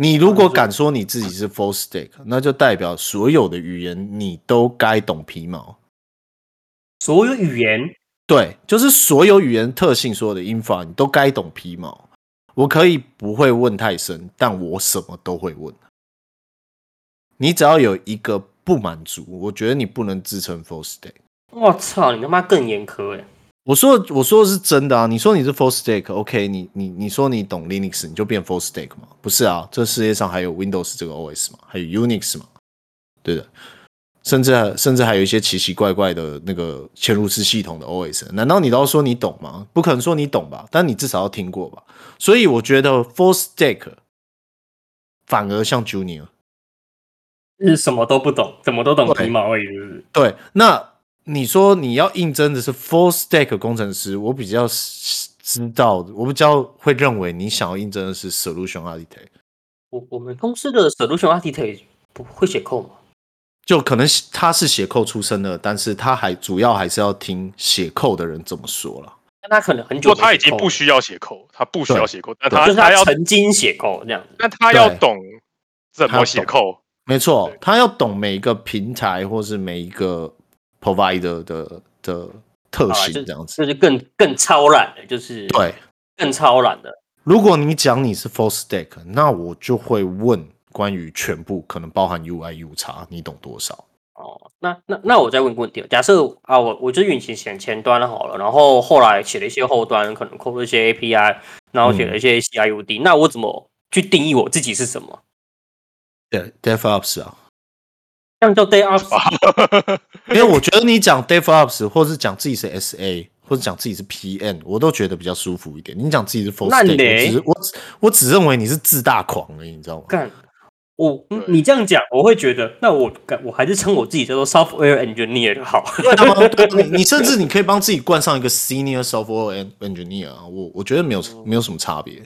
Speaker 3: 你如果敢说你自己是 full stack，那就代表所有的语言你都该懂皮毛。
Speaker 1: 所有语言
Speaker 3: 对，就是所有语言特性，所有的 infra 你都该懂皮毛。我可以不会问太深，但我什么都会问。你只要有一个不满足，我觉得你不能自称 full stack。
Speaker 1: 我操，你他妈更严苛哎！
Speaker 3: 我说的我说的是真的啊！你说你是 full stack，OK？、你你你说你懂 Linux，你就变 full stack 吗？不是啊，这世界上还有 Windows 这个 OS 嘛，还有 Unix 嘛，对的。甚至还甚至还有一些奇奇怪怪的那个嵌入式系统的 OS，难道你都要说你懂吗？不可能说你懂吧，但你至少要听过吧。所以我觉得 full stack 反而像 junior。
Speaker 1: 是什么都不懂，怎么都懂皮毛而已，是不是？
Speaker 3: 对，那你说你要应征的是 full stack 工程师，我比较知道，我比较会认为你想要应征的是 solution architect，
Speaker 1: 我我们公司的 solution architect 不会写 code 吗？
Speaker 3: 就可能他是写扣出身的，但是他还主要还是要听写扣的人怎么说了。
Speaker 1: 但他可能很
Speaker 4: 就
Speaker 1: 久
Speaker 4: 他
Speaker 1: 没
Speaker 4: 已
Speaker 1: 写
Speaker 4: 经
Speaker 1: code
Speaker 4: 不
Speaker 1: 了
Speaker 4: 需要写扣，他不需要写扣，但
Speaker 1: 就
Speaker 4: 他
Speaker 1: 是
Speaker 4: 他
Speaker 1: 他
Speaker 4: 要
Speaker 1: 曾经写 code 这样子。
Speaker 4: 但他要
Speaker 3: 对
Speaker 4: 懂怎么写扣。 (laughs)
Speaker 3: 没错
Speaker 4: 对，
Speaker 3: 他要懂每一个平台或是每一个 provider 的的特
Speaker 1: 啊，
Speaker 3: 性
Speaker 1: 就
Speaker 3: 这样子。
Speaker 1: 就是更更超懒的，就是
Speaker 3: 对，
Speaker 1: 更超懒的。
Speaker 3: 如果你讲你是 full stack，那我就会问关于全部，可能包含 UI、U 叉，你懂多少？
Speaker 1: 哦，那那那我再问个问题哦，假设啊，我我就是运行前前端好了，然后后来写了一些后端，可能扣了一些 API，然后写了一些 CIUD，、那我怎么去定义我自己是什么？
Speaker 3: 对，DevOps 啊， (laughs)
Speaker 1: 这样叫 DevOps 吗
Speaker 3: 因为我觉得你讲 DevOps，或是讲自己是 SA，或者讲自己是 PM，我都觉得比较舒服一点。你讲自己是 Full Stack，
Speaker 1: 那
Speaker 3: 我
Speaker 1: 嘞
Speaker 3: 只是我我只认为你是自大狂而已，你知道吗？
Speaker 1: 干我嗯
Speaker 4: 对
Speaker 1: 你这样讲，我会觉得，那我敢我还是称我自己叫做 software engineer 就好。
Speaker 3: 对啊，对啊你你甚至你可以帮自己冠上一个 senior software engineer，啊我我觉得没有没有什么差别，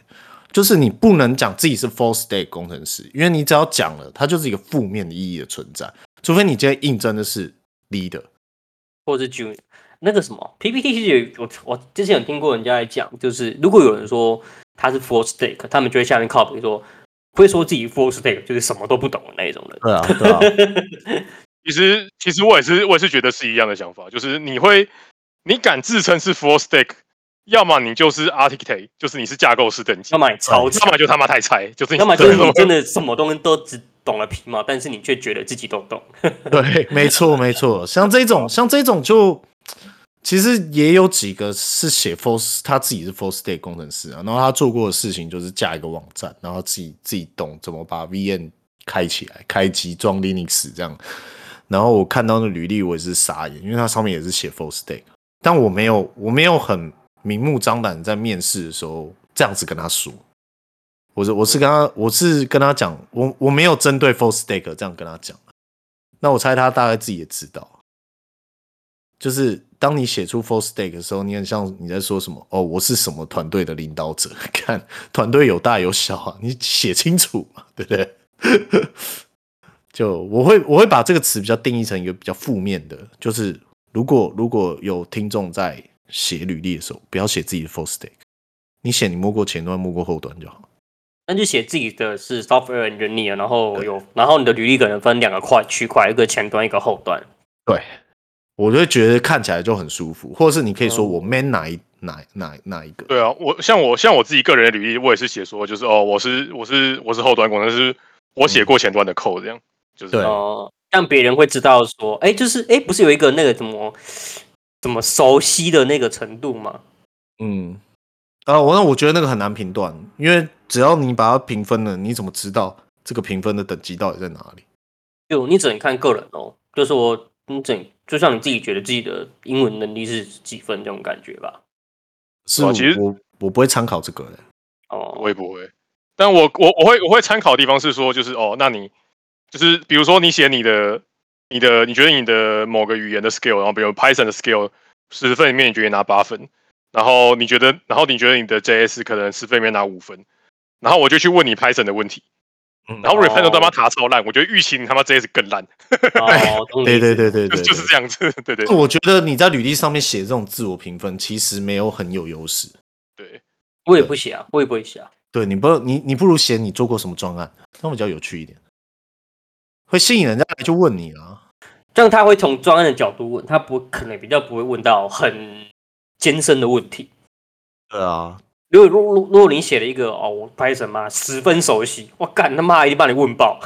Speaker 3: 就是你不能讲自己是 full stack 工程师，因为你只要讲了，它就是一个负面的意义的存在，除非你今天应征的是 leader，
Speaker 1: 或者是 June 那个什么 PPT，其实有我我之前有听过人家来讲，就是如果有人说他是 full stack，他们就会下面靠比说会说自己 full stack 就是什么都不懂的那一种人。
Speaker 3: 对啊，对啊，
Speaker 4: 其实其实我也是我也是觉得是一样的想法，就是你会你敢自称是 full stack，要么你就是 architect，就是你是架构师等级
Speaker 1: 要，么你超强
Speaker 4: 要，么就他妈太菜，
Speaker 1: (laughs)
Speaker 4: 就是你
Speaker 1: 要么就是
Speaker 4: 对
Speaker 1: 你真的什么东西都只懂了皮毛，但是你却觉得自己都懂。
Speaker 3: 对，没错没错，像这种像这种就其实也有几个是写 full，他自己是 full stack 工程师啊，然后他做过的事情就是架一个网站，然后自己自己懂怎么把 VM 开起来，开机装 Linux 这样。然后我看到那履历，我也是傻眼，因为它上面也是写 full stack，但我没有我没有很明目张胆在面试的时候这样子跟他说。我是我是跟他我是跟他讲，我我没有针对 full stack 这样跟他讲，那我猜他大概自己也知道，就是当你写出 full stack 的时候，你很像你在说什么？哦，我是什么团队的领导者？ (laughs) 看团队有大有小啊，你写清楚嘛，对不对？ (laughs) 就我会我会把这个词比较定义成一个比较负面的，就是如果如果有听众在写履历的时候，不要写自己的 full stack，你写你摸过前端，摸过后端就好。
Speaker 1: 那就写自己的是 software engineer，然后有，然后你的履历可能分两个块区块，一个前端，一个后端。
Speaker 3: 对，我就觉得看起来就很舒服，或者是你可以说
Speaker 1: 哦
Speaker 3: 我 man 哪一哪哪哪一个？
Speaker 4: 对啊，我像我像我自己个人的履历，我也是写说就是哦，我是我是我是后端工程师，我
Speaker 1: 嗯
Speaker 4: 写过前端的 code 这样，就是
Speaker 3: 对
Speaker 1: 哦，让别人会知道说，哎，就是哎，不是有一个那个怎么怎么熟悉的那个程度吗？
Speaker 3: 嗯，啊，我那我觉得那个很难评断，因为只要你把它评分了，你怎么知道这个评分的等级到底在哪里？
Speaker 1: 就你只能看个人哦，就是我你整就像你自己觉得自己的英文能力是几分这种感觉吧。
Speaker 3: 是
Speaker 4: 哇
Speaker 3: 我
Speaker 4: 啊其实
Speaker 3: 我我不会参考这个的。
Speaker 1: 哦，
Speaker 4: 我也不会。但我我我会我会参考的地方是说，就是哦，那你就是比如说你写你的你的你觉得你的某个语言的 skill，然后比如 Python 的 skill 十分里面你觉得你拿八分，然后你觉得然后你觉得你的 JS 可能十分里面拿五分，然后我就去问你 Python 的问题，
Speaker 3: 嗯
Speaker 4: 然后我 Python
Speaker 1: 哦
Speaker 4: 他妈塔超烂，我觉得预期你他妈 JS 更烂，
Speaker 3: (laughs)
Speaker 1: 哦，懂你
Speaker 3: 对
Speaker 1: 意
Speaker 3: 对
Speaker 1: 思
Speaker 3: 对对对，
Speaker 4: (laughs) 就就是这样子，对对
Speaker 3: 对我觉得你在履历上面写这种自我评分，其实没有很有优势。
Speaker 4: 对，
Speaker 1: 我也不写啊，我也不会写啊。
Speaker 3: 对你不你你不如写你做过什么专案，那比较有趣一点，会吸引人家来就问你啊啦。
Speaker 1: 这样他会从专案的角度问，他不可能比较不会问到很艰深的问题。
Speaker 3: 对啊，
Speaker 1: 如果如如如果你写了一个哦，我 Python 嘛十分熟悉，我干他妈一定把你问爆。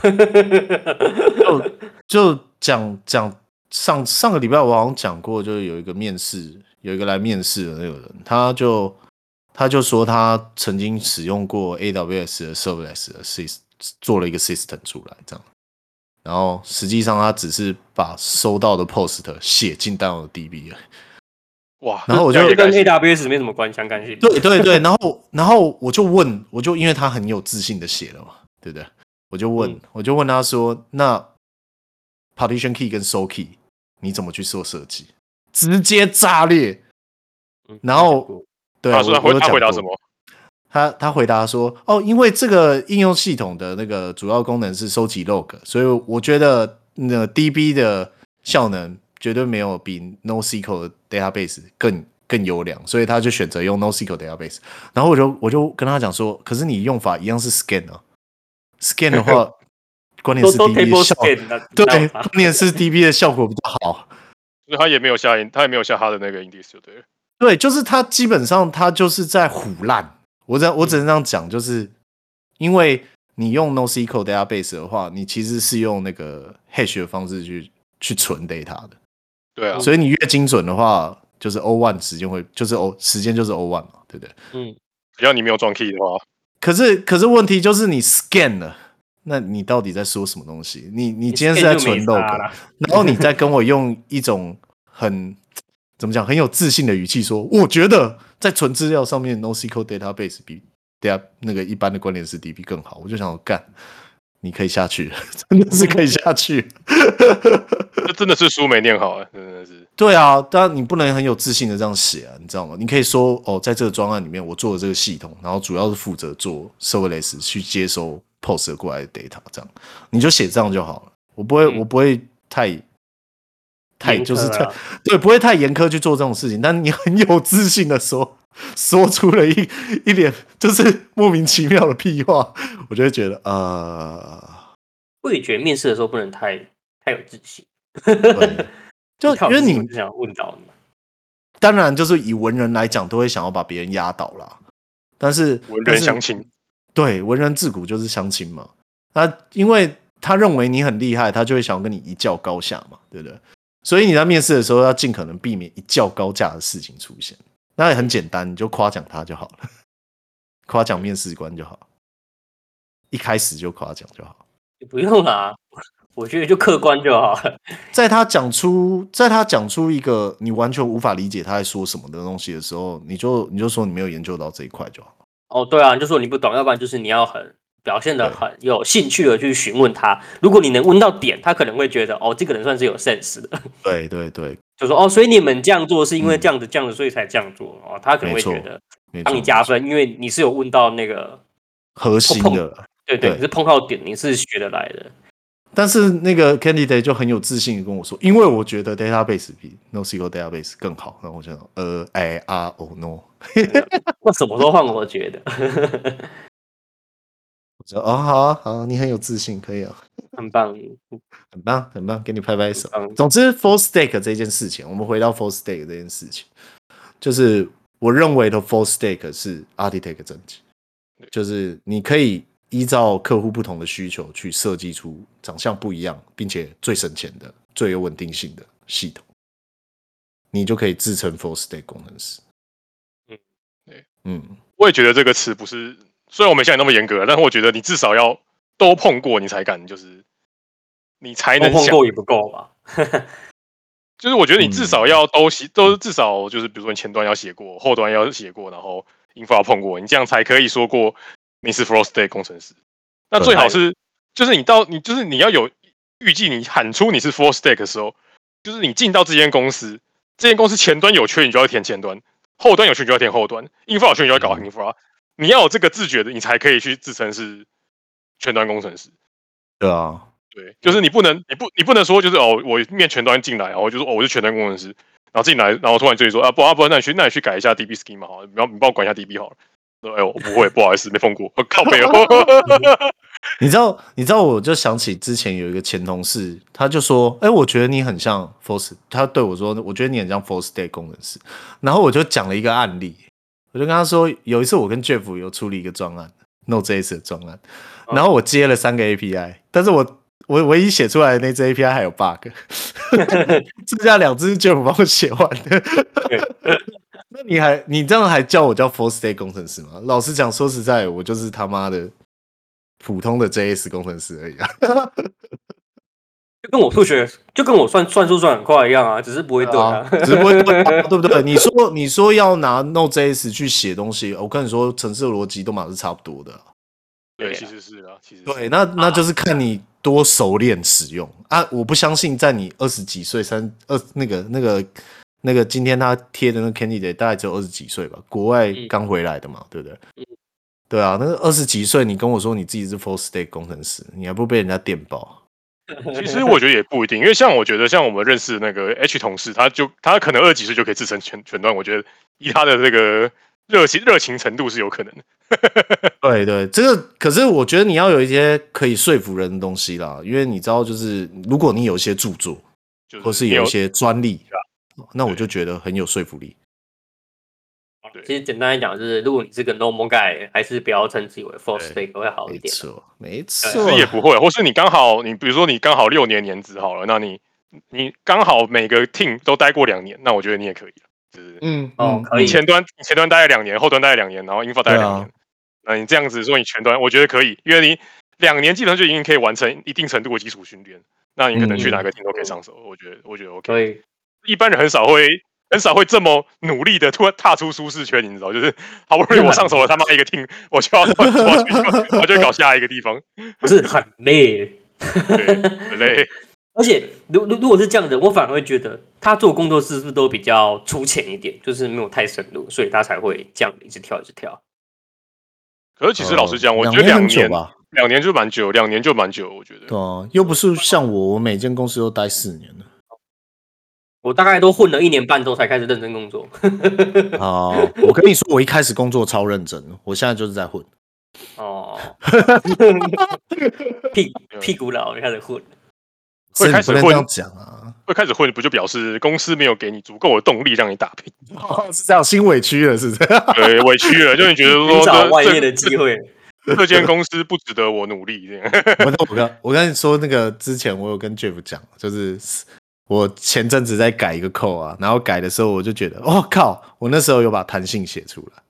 Speaker 3: 就讲讲上上个礼拜我好像讲过，就是有一个面试，有一个来面试的那个人，他就他就说他曾经使用过 AWS 的 Serverless 的 system 做了一个 system 出来这样，然后实际上他只是把收到的 post 写进 DB 了。
Speaker 4: 哇，
Speaker 3: 然后我就
Speaker 4: 这样也
Speaker 1: 跟
Speaker 4: 敢写
Speaker 1: AWS 没什么关相干系。
Speaker 3: 对对对，然后然后我就问，我就因为他很有自信的写了嘛，对不对？我就问，
Speaker 1: 嗯
Speaker 3: 我就问他说，那 partition key 跟 soul key 你怎么去做设计？直接炸裂。
Speaker 1: 嗯
Speaker 3: 然后对，
Speaker 4: 他说
Speaker 3: 我
Speaker 4: 他回
Speaker 3: 我
Speaker 4: 啊他回答
Speaker 3: 有讲过
Speaker 4: 什么？
Speaker 3: 他他回答说：“哦，因为这个应用系统的那个主要功能是收集 log，所以我觉得那个 DB 的效能绝对没有比 NoSQL 的 database 更更优良，所以他就选择用 NoSQL database。然后我就我就跟他讲说，可是你用法一样是 scan 啊，scan 的
Speaker 1: (laughs)
Speaker 3: 话，关键
Speaker 1: 都
Speaker 3: 是
Speaker 1: 都
Speaker 3: DB 的
Speaker 1: table
Speaker 3: 效，
Speaker 1: scan 的，
Speaker 3: 对，
Speaker 1: 那我
Speaker 3: 关键是 DB 的效果比较好。”
Speaker 4: 就是他也没有下他也没有下他的那个 index 就对了。
Speaker 3: 对，就是他基本上他就是在唬烂。我只我只能这样讲，就是因为你用 NoSQL database 的话，你其实是用那个 hash 的方式去去存 data 的，
Speaker 4: 对啊，
Speaker 3: 所以你越精准的话，就是 O one 时间会就是 O 时间就是 O one 嘛，对不对？
Speaker 1: 嗯，
Speaker 4: 只要你没有装 key 的话，
Speaker 3: 可是可是问题就是你 scan 了，那你到底在说什么东西？你你今天是在存
Speaker 1: log，
Speaker 3: log，然后 (laughs) 你再跟我用一种很怎么讲很有自信的语气说，我觉得在存资料上面，NoSQL database 比 d a 那个一般的关联式 DB 更好。我就想干，你可以下去 (laughs) 了，真的是可以下去了。
Speaker 4: 这真的是书没念好啊，真的是。
Speaker 3: 对啊，当然你不能很有自信的这样写啊，你知道吗？你可以说哦，在这个专案里面，我做了这个系统，然后主要是负责做 serverless 去接收 POST 过来的 data，这样你就写这样就好了。我不会，
Speaker 4: 嗯
Speaker 3: 我不会太太
Speaker 1: 严
Speaker 3: 就
Speaker 1: 苛
Speaker 3: 是
Speaker 1: 啦
Speaker 3: 太对，不会太严苛去做这种事情，但你很有自信的说说出了一一脸就是莫名其妙的屁话，我就会觉得呃，
Speaker 1: 我也觉得面试的时候不能太太有自信， (laughs)
Speaker 3: 对就
Speaker 1: 一看
Speaker 3: 因
Speaker 1: 我
Speaker 3: 为
Speaker 1: 自信
Speaker 3: 你
Speaker 1: 我就想问到你，
Speaker 3: 当然，就是以文人来讲，都会想要把别人压倒啦。但是
Speaker 4: 文
Speaker 3: 但
Speaker 4: 人
Speaker 3: 是
Speaker 4: 相亲，
Speaker 3: 对文人自古就是相亲嘛。他因为他认为你很厉害，他就会想要跟你一较高下嘛，对不对？所以你在面试的时候要尽可能避免一较高下的事情出现。那也很简单，你就夸奖他就好了， (laughs) 夸奖面试官就好，一开始就夸奖就好。
Speaker 1: 也不用啦，我觉得就客观就好了。
Speaker 3: 在他讲出，在他讲出一个你完全无法理解他在说什么的东西的时候，你就你就说你没有研究到这一块就好。
Speaker 1: 哦，对啊，你就说你不懂，要不然就是你要很表现的
Speaker 3: 对
Speaker 1: 很有兴趣的去询问他。如果你能问到点，他可能会觉得哦，这个人算是有 sense 的， (laughs)
Speaker 3: 对对对，
Speaker 1: 就说哦，所以你们这样做是因为
Speaker 3: 嗯
Speaker 1: 这样子、这样子，所以才这样做哦。他可
Speaker 3: 没
Speaker 1: 能会觉
Speaker 3: 错
Speaker 1: 得
Speaker 3: 没错
Speaker 1: 帮你加分，因为你是有问到那个，
Speaker 3: 核心的。
Speaker 1: 对对，
Speaker 3: 对
Speaker 1: 你是碰到点，你是学得来的。 (laughs)
Speaker 3: 但是那个 candidate 就很有自信的跟我说，因为我觉得 database 比 NoSQL database 更好。然后我就想，呃，I R O no，
Speaker 1: 那什么时候换我觉得 (laughs)
Speaker 3: 我说哦，好啊，好啊，你很有自信，可以啊，
Speaker 1: 很棒，
Speaker 3: 很棒，很棒，给你拍拍手
Speaker 1: 很棒。
Speaker 3: 总之，full stack 这件事情，我们回到 full stack 这件事情，就是我认为的 full stack 是 architect 整体，就是你可以依照客户不同的需求去设计出长相不一样，并且最省钱的、最有稳定性的系统，你就可以自称 full stack 工程师。
Speaker 1: 嗯
Speaker 4: 对，
Speaker 3: 嗯，
Speaker 4: 我也觉得这个词不是，虽然我没像你那么严格，啊但是我觉得你至少要都碰过，你才敢就是，你才
Speaker 1: 都
Speaker 4: 能
Speaker 1: 碰
Speaker 4: 讲。
Speaker 1: 够也不够吧？
Speaker 4: 就是我觉得你至少要都写，都至少就是比如说你前端要写过，后端要写过，然后 infra 碰过，你这样才可以说过你是 frost day 工程师。那最好是就是你到你就是你要有预计，你喊出你是 frost day 的时候，就是你进到这间公司，这间公司前端有缺，你就要填前端；后端有缺，你就要填后端；infra 有缺，你就要搞 infra。你要有这个自觉的，你才可以去自称是全端工程师。
Speaker 3: 对啊，
Speaker 4: 对，就是你不能，你不，你不能说就是哦，我面全端进来，然后就说哦，我是全端工程师，然后进来，然后突然对你说啊，不啊不，那你去那你去改一下 DB schema 好了，然后你帮我管一下 DB 好了。说哎呦，我不会，不好意思，没碰过，我靠
Speaker 1: (laughs)
Speaker 4: 背
Speaker 1: 啊
Speaker 4: 哦。
Speaker 3: (laughs) 你知道，你知道，我就想起之前有一个前同事，他就说：“哎、我觉得你很像 full s 他对我说：“我觉得你很像 full stack 工程师。”然后我就讲了一个案例，我就跟他说：“有一次我跟 Jeff 有处理一个专案，Node.js 的专案，然后我接了三个 API，但是我我唯一写出来的那只 API 还有 bug，剩下两只是 Jeff 帮我写完的。 (laughs) 那你还你这样还叫我叫 full stack 工程师吗？老实讲，说实在，我就是他妈的普通的 JS 工程师而已啊。
Speaker 1: 就跟我数学，就跟我算算数算很快一样啊，只是不会 (laughs) 对啊。
Speaker 3: 只不过对不对？你说你说要拿 Node.js 去写东西，我跟你说，程式的逻辑都嘛是差不多的啊。
Speaker 4: 对，其实是啊，其实是
Speaker 3: 对，那那就是看你多熟练使用啊！我不相信，在你二十几岁、三二那个那个那个，今天他贴的那个 candidate 大概只有二十几岁吧，国外
Speaker 1: 嗯
Speaker 3: 刚回来的嘛，对不对？对啊，那二十几岁，你跟我说你自己是 full stack 工程师，你还不被人家电爆？啊
Speaker 4: 其实我觉得也不一定，因为像我觉得像我们认识的那个 H 同事，他就他可能二十几岁就可以自称全全端，我觉得以他的这个热情热情程度是有可能的。
Speaker 3: 对对，这个可是我觉得你要有一些可以说服人的东西啦，因为你知道，就是如果你有一些著作，
Speaker 4: 就是
Speaker 3: 或是
Speaker 4: 你
Speaker 3: 有一些专利，那我
Speaker 4: 对
Speaker 3: 就觉得很有说服力。
Speaker 1: (laughs) 其实简单来讲，就是如果你是个 normal guy，还是不要称自己为 full
Speaker 3: 对
Speaker 1: stack 会好一
Speaker 3: 没
Speaker 1: 点。啊
Speaker 3: 错，没
Speaker 4: 其
Speaker 3: 错
Speaker 4: 实，也不会，或是你刚好你比如说你刚好六年年资好了，那你你刚好每个 team 都待过两年，那我觉得你也可以了，就是
Speaker 3: 嗯，
Speaker 1: 哦
Speaker 3: 嗯
Speaker 1: 可以
Speaker 4: 你前端你前端待了两年，后端待了两年，然后 infra 待了两年，那你这样子说你前端，我觉得可以，因为你两年技能就已经可以完成一定程度的基础训练，那你可能去哪个 team 都可以上手，我觉得我觉得 OK。
Speaker 1: 所以
Speaker 4: 一般人很少会，很少会这么努力的突然踏出舒适圈，你知道，就是好不容易我上手了他妈一个 team，我就要我就要我就要搞下一个地方，
Speaker 1: 不是很累。
Speaker 4: 对，很累。
Speaker 1: 而且，如如如果是这样的，我反而会觉得他做工作室是不是都比较粗浅一点，就是没有太深入，所以他才会这样一直跳一直跳。
Speaker 4: 可是其实老实讲，
Speaker 3: 呃
Speaker 4: 我觉得两
Speaker 3: 很久
Speaker 4: 年
Speaker 3: 吧，
Speaker 4: 两年就蛮久，两年就蛮久，我觉
Speaker 3: 对
Speaker 4: 得。
Speaker 3: 啊，又不是像我，我每间公司都待四年了。
Speaker 1: 我大概都混了一年半之后才开始认真工作。
Speaker 3: 好，我跟你说，我一开始工作超认真，我现在就是在混。
Speaker 1: 哦，屁屁股老开始混，
Speaker 3: 所以你
Speaker 4: 开始
Speaker 3: 不能
Speaker 4: 混
Speaker 3: 这样讲啊！
Speaker 4: 会开始混，不就表示公司没有给你足够的动力让你打拼？
Speaker 3: (laughs) 是这样，心委屈了，是不是？
Speaker 4: 对，委屈了，就你觉得
Speaker 1: 寻 (laughs)
Speaker 4: 说
Speaker 1: 找
Speaker 4: 这
Speaker 1: 外面
Speaker 4: 这
Speaker 1: 的机会。
Speaker 4: 这间公司不值得我努力，这样
Speaker 3: 我我跟我跟你说，那个之前我有跟 Jeff 讲，就是我前阵子在改一个扣啊，然后改的时候我就觉得，我、靠，我那时候有把弹性写出来。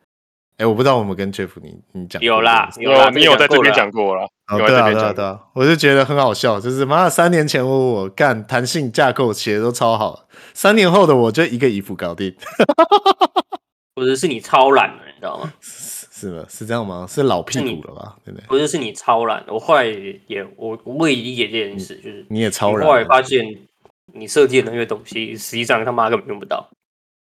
Speaker 3: 哎、我不知道我们跟 Jeff 你你讲过
Speaker 1: 有啦
Speaker 3: 这个事
Speaker 1: 有啦，
Speaker 4: (laughs) 你有在这
Speaker 1: 过
Speaker 4: 边
Speaker 1: 了
Speaker 4: 讲过了，
Speaker 3: 哦，
Speaker 4: 有
Speaker 3: 对
Speaker 4: 在这
Speaker 3: 啊
Speaker 4: 边
Speaker 3: 对啊
Speaker 4: 讲
Speaker 3: 对啊，我就觉得很好笑，就是妈三年前我我干弹性架构写的都超好，三年后的我就一个衣服搞定，
Speaker 1: 或者是你超懒了，你知
Speaker 3: (laughs)
Speaker 1: 道吗？
Speaker 3: 是吗？是这样吗？是老屁股了吧？对不对？
Speaker 1: 或者是你超懒。我后来也我我也理解这件事，就是
Speaker 3: 你也超
Speaker 1: 你
Speaker 3: 然
Speaker 1: 后来
Speaker 3: 了，
Speaker 1: 发现你设计的那些东西，实际上他妈根本用不到。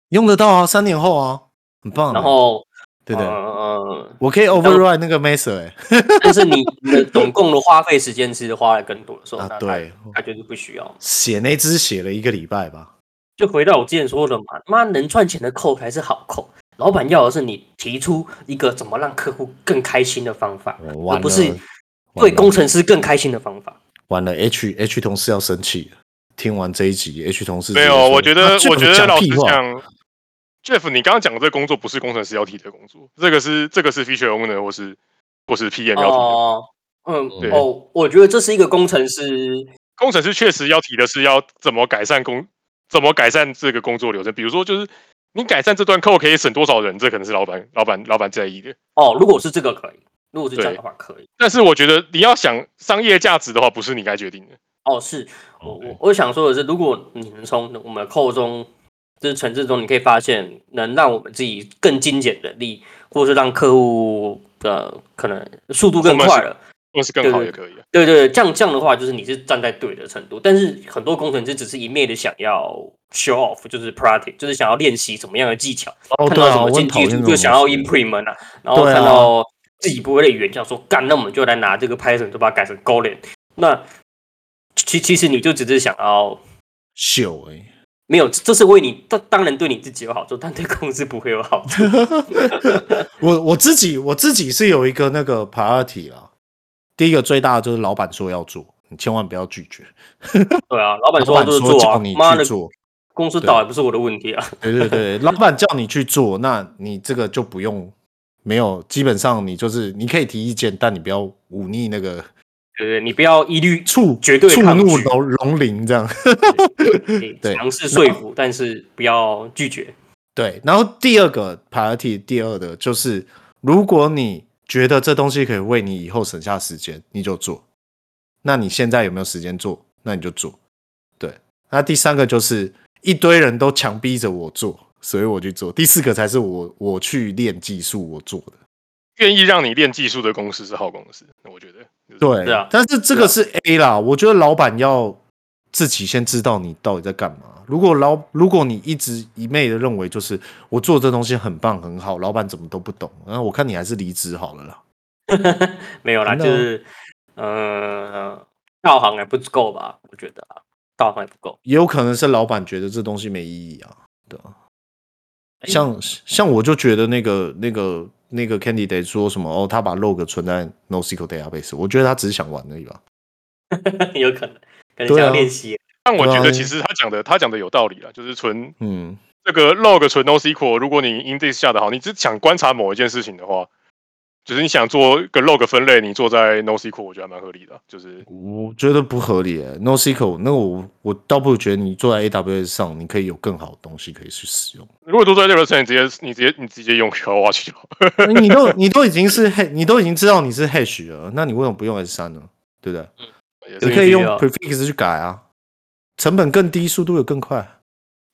Speaker 3: 用得到啊，三年后啊，很棒啊。
Speaker 1: 然后
Speaker 3: 对不对，
Speaker 1: 呃，
Speaker 3: 我可以 override 那个 mesa 哎、
Speaker 1: 但是你你的总共的花费时间其实花的更多的时候，
Speaker 3: 啊
Speaker 1: 那他
Speaker 3: 对，
Speaker 1: 他就是不需要。
Speaker 3: 写那只写了一个礼拜吧。
Speaker 1: 就回到我之前说的嘛，妈能赚钱的扣才是好扣。老板要的是你提出一个怎么让客户更开心的方法，
Speaker 3: 我
Speaker 1: 而
Speaker 3: 哦完
Speaker 1: 不
Speaker 3: 了
Speaker 1: 是对工程师更开心的方法。
Speaker 3: 完了，H H 同事要生气了。听完这一集，H 同事
Speaker 4: 没有，我觉得，我觉得老实
Speaker 3: 啊讲，
Speaker 4: 讲，Jeff，你刚刚讲的这个工作不是工程师要提的工作，这个是这个是 feature owner 或是或是 PM 要提的。
Speaker 1: 哦，嗯
Speaker 4: 对，
Speaker 1: 哦，我觉得这是一个工程师
Speaker 4: 工程师确实要提的是要怎么改善工，怎么改善这个工作流程。比如说，就是你改善这段扣可以省多少人，这可能是老板老板老板在意的。
Speaker 1: 哦。如果是这个可以，如果是这样的话可以。
Speaker 4: 但是我觉得你要想商业价值的话，不是你该决定的。
Speaker 1: 哦，是我我我想说的是，如果你能从我们扣中，就是城市中，你可以发现能让我们自己更精简的力，或是让客户呃可能速度更
Speaker 4: 我们是
Speaker 1: 快了。
Speaker 4: 或是更好
Speaker 1: 对
Speaker 4: 也可以啊。
Speaker 1: 对对，这样这样的话，就是你是站在对的程度，但是很多工程师只是一昧的想要 show off，就是 practice，就是想要练习什么样的技巧，
Speaker 3: 哦
Speaker 1: 看
Speaker 3: 对
Speaker 1: 到
Speaker 3: 啊，
Speaker 1: 什么
Speaker 3: 我很
Speaker 1: 进
Speaker 3: 讨厌
Speaker 1: 技
Speaker 3: 这
Speaker 1: 术
Speaker 3: 种
Speaker 1: 就想要
Speaker 3: 东西
Speaker 1: implement 啊，然后
Speaker 3: 对啊
Speaker 1: 看到自己不会的语言，想说干，那我们就来拿这个 Python 就把它改成 Golang，那其其实你就只是想要
Speaker 3: 秀哎、
Speaker 1: 没有，这是为你，当当然对你自己有好处，但对公司不会有好
Speaker 3: (laughs)
Speaker 1: 处。
Speaker 3: 我我自己我自己是有一个那个 priority 啦。第一个最大的就是老板说要做，你千万不要拒绝。
Speaker 1: 对啊，老板
Speaker 3: 老
Speaker 1: 说
Speaker 3: 板
Speaker 1: 就是
Speaker 3: 说
Speaker 1: 做
Speaker 3: 叫
Speaker 1: 啊
Speaker 3: 你，
Speaker 1: 妈
Speaker 3: 去
Speaker 1: 的，
Speaker 3: 做，
Speaker 1: 公司倒也不是我的问题啊。
Speaker 3: 对对对，老板叫你去做，那你这个就不用没有，基本上你就是你可以提意见，但你不要忤逆那个
Speaker 1: 对对，你不要一律
Speaker 3: (laughs) 触
Speaker 1: 绝对
Speaker 3: 触
Speaker 1: 抗
Speaker 3: 怒
Speaker 1: 拒
Speaker 3: 龙龙鳞这样。
Speaker 1: 对
Speaker 3: 对
Speaker 1: 尝试说服，但是不要拒绝。
Speaker 3: 对，然后第二个 priority 第二的就是，如果你觉得这东西可以为你以后省下时间，你就做。那你现在有没有时间做？那你就做。对，那第三个就是一堆人都强逼着我做，所以我去做。第四个才是我我去练技术我做的。
Speaker 4: 愿意让你练技术的公司是好公司，我觉得。就是
Speaker 3: 对，
Speaker 1: 是啊
Speaker 3: 但是这
Speaker 1: 是
Speaker 3: 个
Speaker 1: 啊
Speaker 3: 是 A 啦，我觉得老板要自己先知道你到底在干嘛。如果老如果你一直一昧的认为就是我做这东西很棒很好，老板怎么都不懂，然后我看你还是离职好了啦。
Speaker 1: 没有啦，
Speaker 3: 真的
Speaker 1: 就
Speaker 3: 哦
Speaker 1: 是呃，道行还不够吧？我觉得啊，道行还不够。
Speaker 3: 也有可能是老板觉得这东西没意义啊，对啊。
Speaker 1: 哎
Speaker 3: 像像我就觉得那个那个那个 candidate 说什么哦，他把 log 存在 NoSQL database，我觉得他只是想玩而已吧。
Speaker 1: 有可能，可能
Speaker 3: 对
Speaker 1: 想
Speaker 3: 啊
Speaker 1: 要练习。
Speaker 4: 但我觉
Speaker 3: 对
Speaker 4: 得
Speaker 3: 啊
Speaker 4: 其实他讲的他讲的有道理啦，就是存
Speaker 3: 嗯，
Speaker 4: 这个 log 存 NoSQL，如果你 index 下的好，你只想观察某一件事情的话，就是你想做个 log 分类，你做在 NoSQL，我觉得还蛮合理的。啊就是
Speaker 3: 我觉得不合理、欸。NoSQL，那我我倒不如觉得你坐在 AWS 上，你可以有更好的东西可以去使 (laughs) 用。
Speaker 4: 如果做在 Linux，你直接你直接你直接用 Java 去就好。
Speaker 3: 你都 (laughs) 你都已经是 hash，你都已经知道你是 hash 了，那你为什么不用 S 三呢？对不对？
Speaker 4: 也
Speaker 1: 对
Speaker 3: 你
Speaker 4: 是
Speaker 3: 可以
Speaker 1: 必须
Speaker 3: 用
Speaker 1: 要
Speaker 3: prefix 去改啊，成本更低，速度也更快。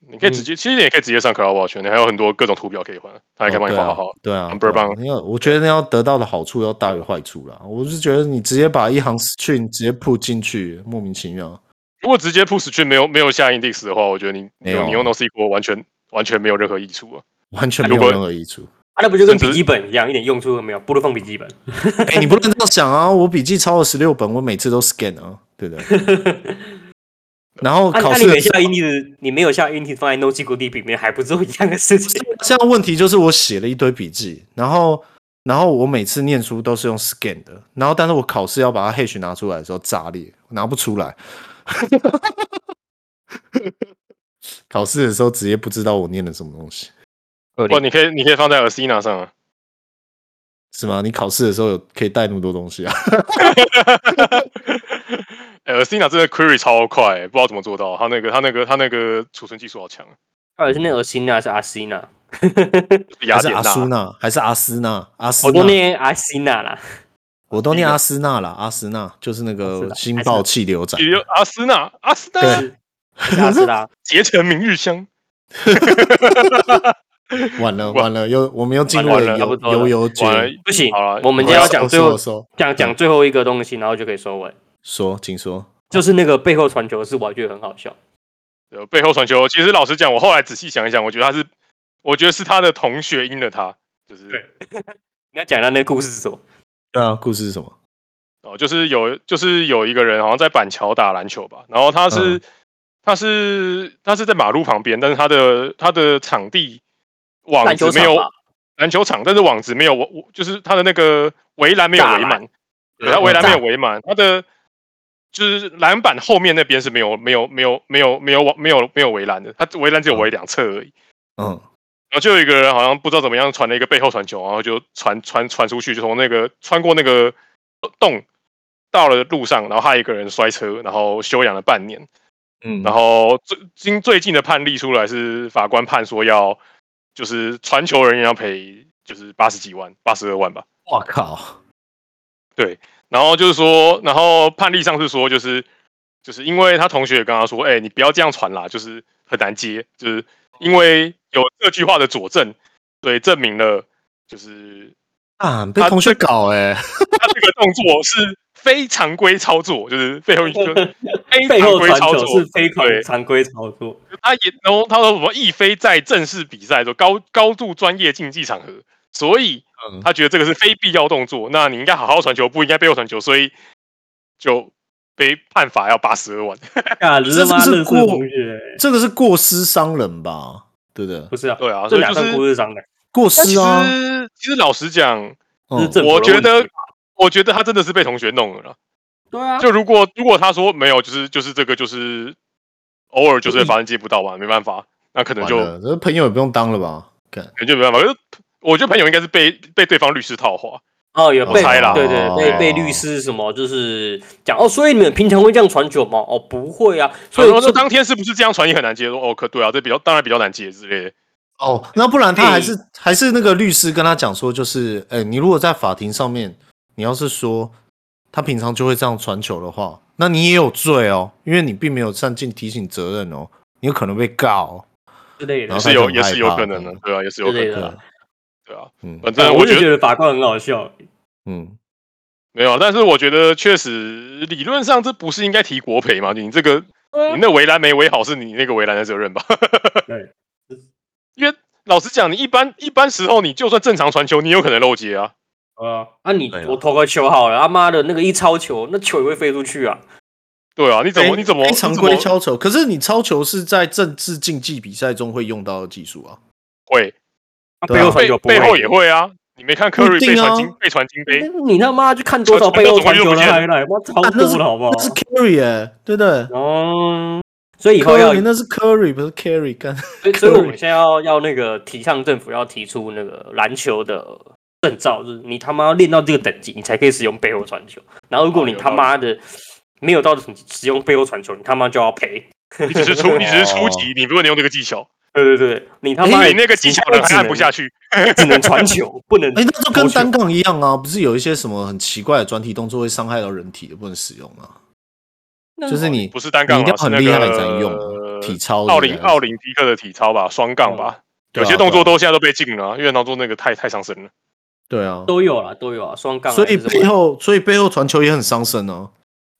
Speaker 4: 你可以直接，其实你也可以直接上 Cloud Watch，你还有很多各种图表可以换，它也可以帮你
Speaker 3: 对
Speaker 4: 画
Speaker 3: 啊
Speaker 4: 好。
Speaker 3: 对啊，
Speaker 4: 很
Speaker 3: 对啊
Speaker 4: 倍儿棒
Speaker 3: 因为我觉得那要得到的好处要大于坏处啦。我是觉得你直接把一行讯直接铺进去，莫名其妙。
Speaker 4: 如果直接 push 去没有没有下 index 的话，我觉得你
Speaker 3: 没
Speaker 4: 你
Speaker 3: 有哎
Speaker 4: 用你用 NoSQL 完全完全没有任何益处啊。
Speaker 3: 完全没
Speaker 4: 如果
Speaker 3: 有任何益处。
Speaker 1: 啊，那不就跟
Speaker 4: 甚
Speaker 1: 笔
Speaker 4: 至
Speaker 1: 记本一样，一点用处都没有，不如放笔记本。
Speaker 3: (laughs) 哎、你不能这样想啊！我笔记抄了十六本，我每次都 scan 啊，对不对？然后
Speaker 1: 啊，
Speaker 3: 考
Speaker 1: 那
Speaker 3: 试
Speaker 1: 你没
Speaker 3: 的时
Speaker 1: 下
Speaker 3: 候
Speaker 1: Init，你没有下 Init 放在 NoSQL 里面，还不做一样的事情？
Speaker 3: 现在问题就是我写了一堆笔记，然后然后我每次念书都是用 scan 的，然后但是我考试要把它 hash 拿出来的时候炸裂，我拿不出来。 (laughs) 考试的时候直接不知道我念了什么东西，
Speaker 5: 二
Speaker 4: 不，
Speaker 5: 零
Speaker 4: 你可以你可以放在 Asina
Speaker 3: (laughs)
Speaker 4: 上啊。
Speaker 3: 是吗？你考试的时候有可以带那么多东西啊？
Speaker 4: 哎 Asina 这个 query 超快、不知道怎么做到。它那个它那个它那个储存技术好强，
Speaker 1: 而是那个 Asina 还是 Asina，
Speaker 4: 雅
Speaker 3: 还是
Speaker 4: 典
Speaker 3: 阿
Speaker 4: 娜
Speaker 3: 苏娜？还是阿斯娜？阿斯
Speaker 1: 我
Speaker 3: 娜
Speaker 1: 都？念 Asina 啦。
Speaker 3: 我都念阿斯纳啦，阿斯纳就是那个星爆气流斩。
Speaker 4: 比如阿斯纳，阿斯纳
Speaker 3: 对，
Speaker 1: 是阿斯拉，
Speaker 4: 结成明日香，
Speaker 3: 完了完了，又我们又进入
Speaker 1: 完
Speaker 3: 了
Speaker 1: 了差不
Speaker 3: 游
Speaker 1: 多了
Speaker 3: 游游
Speaker 4: 完了
Speaker 3: 界。
Speaker 1: 不行
Speaker 4: 好了，
Speaker 1: 我们
Speaker 4: 就
Speaker 1: 今天要
Speaker 3: 说
Speaker 1: 讲最
Speaker 3: 说
Speaker 1: 后
Speaker 3: 说
Speaker 1: 讲讲最后一个东西，然后就可以收尾。
Speaker 3: 说，请说。
Speaker 1: 就是那个背后传球的事，我还觉得很好笑。
Speaker 4: 呃背后传球。其实老实讲，我后来仔细想一想，我觉得他是，我觉得是他的同学阴了他，就是
Speaker 1: 对你要讲一下那个故事是什么？
Speaker 3: 对啊，故事是什么？
Speaker 4: 哦，就是有就是有一个人好像在板桥打篮球吧，然后他是、他是他是在马路旁边，但是他的他的场地网
Speaker 1: 篮球
Speaker 4: 子没
Speaker 1: 场
Speaker 4: 有
Speaker 1: 吧，
Speaker 4: 篮球场，但是网子没有我我就是他的那个围栏没有
Speaker 1: 栅
Speaker 4: 围
Speaker 1: 栏
Speaker 4: 满，对，
Speaker 1: 对
Speaker 4: 他围栏没有
Speaker 1: 栅
Speaker 4: 围满，他的就是篮板后面那边是没有没有没有没有没有网没有没有围栏的，他围栏只有围两侧而已。
Speaker 3: 嗯，
Speaker 4: 然后就有一个人好像不知道怎么样传了一个背后传球，然后就传传传出去，就从那个穿过那个洞到了路上，然后他一个人摔车，然后休养了半年。
Speaker 3: 嗯
Speaker 4: 然后最经最近的判例出来是法官判说要就是传球人要赔就是八十几万，八十二万吧。
Speaker 3: 我靠，
Speaker 4: 然后就是说，然后判例上是说，就是就是因为他同学也跟他说，哎、你不要这样传啦，就是很难接，就是因为有这句话的佐证，所以证明了就是
Speaker 3: 啊，被
Speaker 4: 他
Speaker 3: 同学搞哎，
Speaker 4: 他这个动作是非常规操作， (laughs) 就是背后非
Speaker 1: (laughs) 背
Speaker 4: 常
Speaker 1: 后
Speaker 4: 规
Speaker 1: 传
Speaker 4: 操
Speaker 1: 球
Speaker 4: 作
Speaker 1: 是，非常
Speaker 4: 对
Speaker 1: 常规操作，
Speaker 4: 他也然后他说什么亦非在正式比赛说高高度专业竞技场合，所以
Speaker 3: 嗯
Speaker 4: 他觉得这个是非必要动作，那你应该好好传球，不应该背后传球，所以就被判罚要八十二万。
Speaker 1: 啊，日
Speaker 3: 这
Speaker 1: 妈
Speaker 3: 不是
Speaker 1: 认识
Speaker 3: 过
Speaker 1: 同学，
Speaker 3: 这个是过失伤人吧？对不对？
Speaker 1: 不是啊？
Speaker 4: 对啊，
Speaker 1: 这
Speaker 4: 所以
Speaker 1: 两
Speaker 4: 就
Speaker 1: 份
Speaker 4: 是
Speaker 1: 故事上的，
Speaker 3: 过
Speaker 4: 但
Speaker 3: 失啊
Speaker 4: 其，实其实老实讲，
Speaker 1: 这是
Speaker 3: 嗯
Speaker 1: 政府的
Speaker 4: 我觉
Speaker 1: 问
Speaker 4: 得
Speaker 1: 题
Speaker 4: 我觉得他真的是被同学弄了啦。
Speaker 1: 对啊，
Speaker 4: 就如果如果他说没有，就是就是这个就是偶尔就是会发生接不到嘛，没办法，那可能
Speaker 3: 完
Speaker 4: 就
Speaker 3: 了，这朋友也不用当了吧？干，
Speaker 4: 可能就没办法。可是我觉得朋友应该是被被对方律师套话，
Speaker 1: 哦，有
Speaker 4: 我
Speaker 1: 被
Speaker 4: 猜啦哎
Speaker 1: 对对
Speaker 3: 哦
Speaker 1: 被被律师什么就是讲哦，所以你们平常会这样传球吗？哦，不会啊，所以
Speaker 4: 说
Speaker 1: 这
Speaker 4: 说当天是不是这样传也很难接，说哦可对啊，这比较当然比较难接之类的。
Speaker 3: 哦，那不然他还是、还是那个律师跟他讲说，就是，哎、你如果在法庭上面，你要是说他平常就会这样传球的话，那你也有罪哦，因为你并没有善尽提醒责任哦，你有可能被告哦、
Speaker 1: 之类的
Speaker 3: 然后
Speaker 4: 是有
Speaker 3: 他就
Speaker 4: 也
Speaker 3: 很
Speaker 4: 是有
Speaker 3: 害怕
Speaker 4: 可能的，对啊，也是有
Speaker 1: 之
Speaker 4: 可
Speaker 1: 类
Speaker 4: 能
Speaker 1: 的
Speaker 4: 的，
Speaker 1: 啦。
Speaker 4: 对啊。
Speaker 3: 嗯
Speaker 4: 反正
Speaker 1: 我
Speaker 4: 觉
Speaker 1: 就
Speaker 4: 得
Speaker 1: 觉得法官很好笑，
Speaker 3: 嗯，
Speaker 4: 没有，啊但是我觉得确实理论上这不是应该提国赔吗？你这个
Speaker 1: 对啊
Speaker 4: 你那围栏没围好，是你那个围栏的责
Speaker 3: (laughs)
Speaker 4: 任吧？
Speaker 1: 对，
Speaker 4: (laughs) 因为老实讲，你一般一般时候，你就算正常传球，你有可能漏接啊。
Speaker 1: 啊，那你
Speaker 3: 对啊
Speaker 1: 我投个球好了，他妈的那个一超球，那球也会飞出去啊。
Speaker 4: 对啊，你怎么、你怎么
Speaker 3: 非
Speaker 4: 你
Speaker 3: 常
Speaker 4: 怎
Speaker 3: 规
Speaker 4: 么
Speaker 3: 敲球？可是你抄球是在政治竞技比赛中会用到的技术啊，
Speaker 4: 会
Speaker 1: 那
Speaker 3: 对啊
Speaker 1: 背后传
Speaker 4: 背
Speaker 1: 球不
Speaker 4: 背
Speaker 1: 会
Speaker 4: 后也会啊？你没看科瑞
Speaker 3: 不一
Speaker 4: 被
Speaker 3: 定啊
Speaker 4: 传金被传
Speaker 3: (laughs)
Speaker 4: 金杯？
Speaker 1: 你他妈去看多少背后传球的 h i 妈超
Speaker 3: 啊那是
Speaker 1: 多了，好不好
Speaker 3: 那？是 carry 哎、对不对？
Speaker 1: 哦，所以以后要，
Speaker 3: carry 那是 carry 不是 carry 干，
Speaker 1: 所以所以我们现在要要那个提倡政府要提出那个篮球的证照，就是你他妈要练到这个等级，你才可以使用背后传球。然后如果你他妈
Speaker 4: 哦
Speaker 1: 的没有到这种使用背后传球，你他妈就要赔。
Speaker 4: 你只是初你只是初
Speaker 3: 哦
Speaker 4: 级，你如果你用这个技巧，
Speaker 1: 对对对，你他
Speaker 3: 哎
Speaker 4: 你
Speaker 1: 妈的
Speaker 4: 那个技巧人还按不下，去。
Speaker 1: 你只能传球，不能
Speaker 3: 哎、
Speaker 4: (laughs)
Speaker 3: 那就跟
Speaker 1: 投球
Speaker 3: 单杠一样啊，不是有一些什么很奇怪的转体动作会伤害到人体的，不能使用啊。就是你
Speaker 1: 嗯 (laughs)
Speaker 4: 不是单杠
Speaker 3: 你一定要
Speaker 4: 啊，是
Speaker 3: 很
Speaker 4: 那
Speaker 3: 厉害
Speaker 4: 个
Speaker 3: 才能用
Speaker 4: 个
Speaker 3: 体操
Speaker 4: 奥
Speaker 3: 对不
Speaker 4: 林
Speaker 3: 对
Speaker 4: 奥林匹克的体操吧，双杠吧，
Speaker 3: 对
Speaker 4: 有
Speaker 3: 啊
Speaker 4: 些动作都现在都被禁了啊，因为他做那个太太伤身了。
Speaker 3: 对啊，
Speaker 1: 都有啦，都有啊，双杠啊。
Speaker 3: 所以
Speaker 1: 还是什
Speaker 3: 背
Speaker 1: (laughs) 么
Speaker 3: 后所以背后传球也很伤身
Speaker 1: (laughs)
Speaker 3: 哦。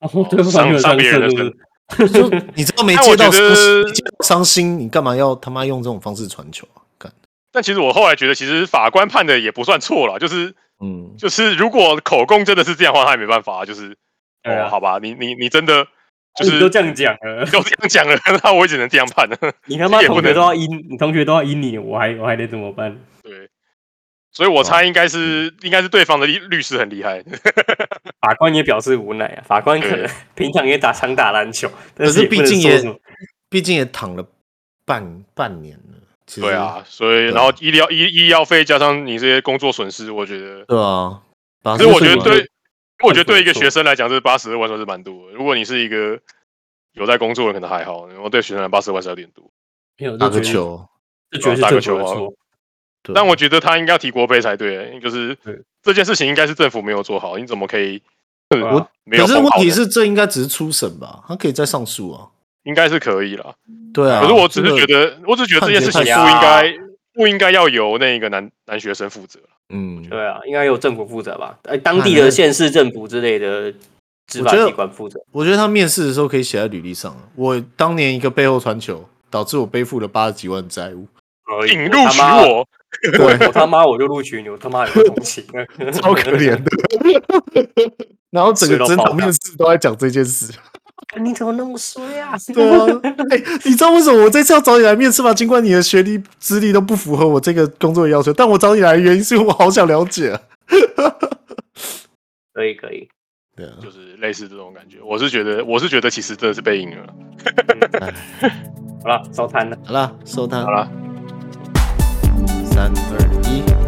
Speaker 1: 哦对方有
Speaker 4: 上上别人的
Speaker 1: 对不对
Speaker 3: 就你知道
Speaker 4: (laughs)
Speaker 3: 没
Speaker 4: 但
Speaker 3: 接
Speaker 4: 我
Speaker 3: 到
Speaker 4: 觉
Speaker 3: 伤
Speaker 4: 得
Speaker 3: 心，你接到伤心，你干嘛要他妈用这种方式传球啊？干，
Speaker 4: 但其实我后来觉得，其实法官判的也不算错了，就是
Speaker 3: 嗯，
Speaker 4: 就是如果口供真的是这样的话，他也没办法啊，就是
Speaker 1: 对啊哎
Speaker 4: 哦，好吧，你你你真的就
Speaker 1: 你都
Speaker 4: 是
Speaker 1: 这样讲了
Speaker 4: 你，都这样讲了， (laughs) 那我也只能这样判了。 (laughs)
Speaker 1: 你他妈
Speaker 4: 也不
Speaker 1: 同学
Speaker 4: 能
Speaker 1: 都要阴，你同学都要阴你，我还我还得怎么办？
Speaker 4: 对，所以我猜应该是应该是对方的律律师很厉害， (laughs)
Speaker 1: 法官也表示无奈啊，法官可能
Speaker 4: 对
Speaker 1: 平常也打常打篮球，但
Speaker 3: 可
Speaker 1: 是
Speaker 3: 是
Speaker 1: 不
Speaker 3: 毕
Speaker 1: 能
Speaker 3: 竟
Speaker 1: 说
Speaker 3: 也
Speaker 1: 什么
Speaker 3: 毕竟也躺了半半年了。其实
Speaker 4: 对啊，，所
Speaker 3: 对
Speaker 4: 以然后医疗医医药费加上你这些工作损失，我觉得，
Speaker 3: 对啊，
Speaker 4: 可
Speaker 3: 可
Speaker 4: 是我觉得
Speaker 1: 所以
Speaker 4: 对，我觉得对一个
Speaker 1: 看不出
Speaker 4: 学生来讲，这八十二万算是蛮多的。如果你是一个有在工作的，可能还好；然后对学生来八十万是有点多。
Speaker 1: 没有
Speaker 3: 打个，
Speaker 1: 就觉得
Speaker 3: 球，
Speaker 1: 就觉得是
Speaker 4: 打个
Speaker 1: 政府的
Speaker 4: 球啊
Speaker 1: 错。
Speaker 3: 对
Speaker 4: 但我觉得他应该要提国杯才对，欸就是
Speaker 1: 对
Speaker 4: 这件事情应该是政府没有做好，你怎么可以？
Speaker 1: 啊我
Speaker 4: 没有
Speaker 3: 可是
Speaker 4: 封
Speaker 3: 问
Speaker 4: 号
Speaker 3: 题
Speaker 4: 的
Speaker 3: 是，这应该只是初审吧？他可以再上诉啊。
Speaker 4: 应该是可以了。
Speaker 3: 对啊，
Speaker 4: 可是我只是
Speaker 3: 这
Speaker 4: 觉
Speaker 3: 个，
Speaker 4: 得，我只是觉得这件事情不
Speaker 1: 判决
Speaker 3: 啊
Speaker 4: 应
Speaker 1: 太
Speaker 4: 该不应该要由那个男男学生负责。
Speaker 3: 嗯，
Speaker 1: 对啊，应该由政府负责吧？哎，当地
Speaker 3: 啊那
Speaker 1: 的县市政府之类的执法
Speaker 3: 我觉得
Speaker 1: 机关负责。
Speaker 3: 我觉得他面试的时候可以写在履历上啊。我当年一个背后传球，导致我背负了八十几万债务，
Speaker 4: 引录取
Speaker 1: 我
Speaker 4: 我，
Speaker 1: 我他妈我就录取你，我他妈有同情，
Speaker 3: (laughs) 超可怜。的。 (laughs) 然后整个整场面试都在讲这件
Speaker 4: (laughs)
Speaker 3: 事。
Speaker 1: (laughs) 你怎么那么衰啊？
Speaker 3: 对啊，哎、你知道为什么我这次要找你来面试吗？尽管你的学历资历都不符合我这个工作的要求，但我找你来的原因是因为我好想了解啊。
Speaker 1: 可以可以，
Speaker 3: 对啊，
Speaker 4: 就是类似这种感觉。我是觉得，我是觉得其实真的是被赢了。
Speaker 1: 好了，收摊了。
Speaker 3: 好啦，收摊
Speaker 4: 好，了。
Speaker 3: 三二一。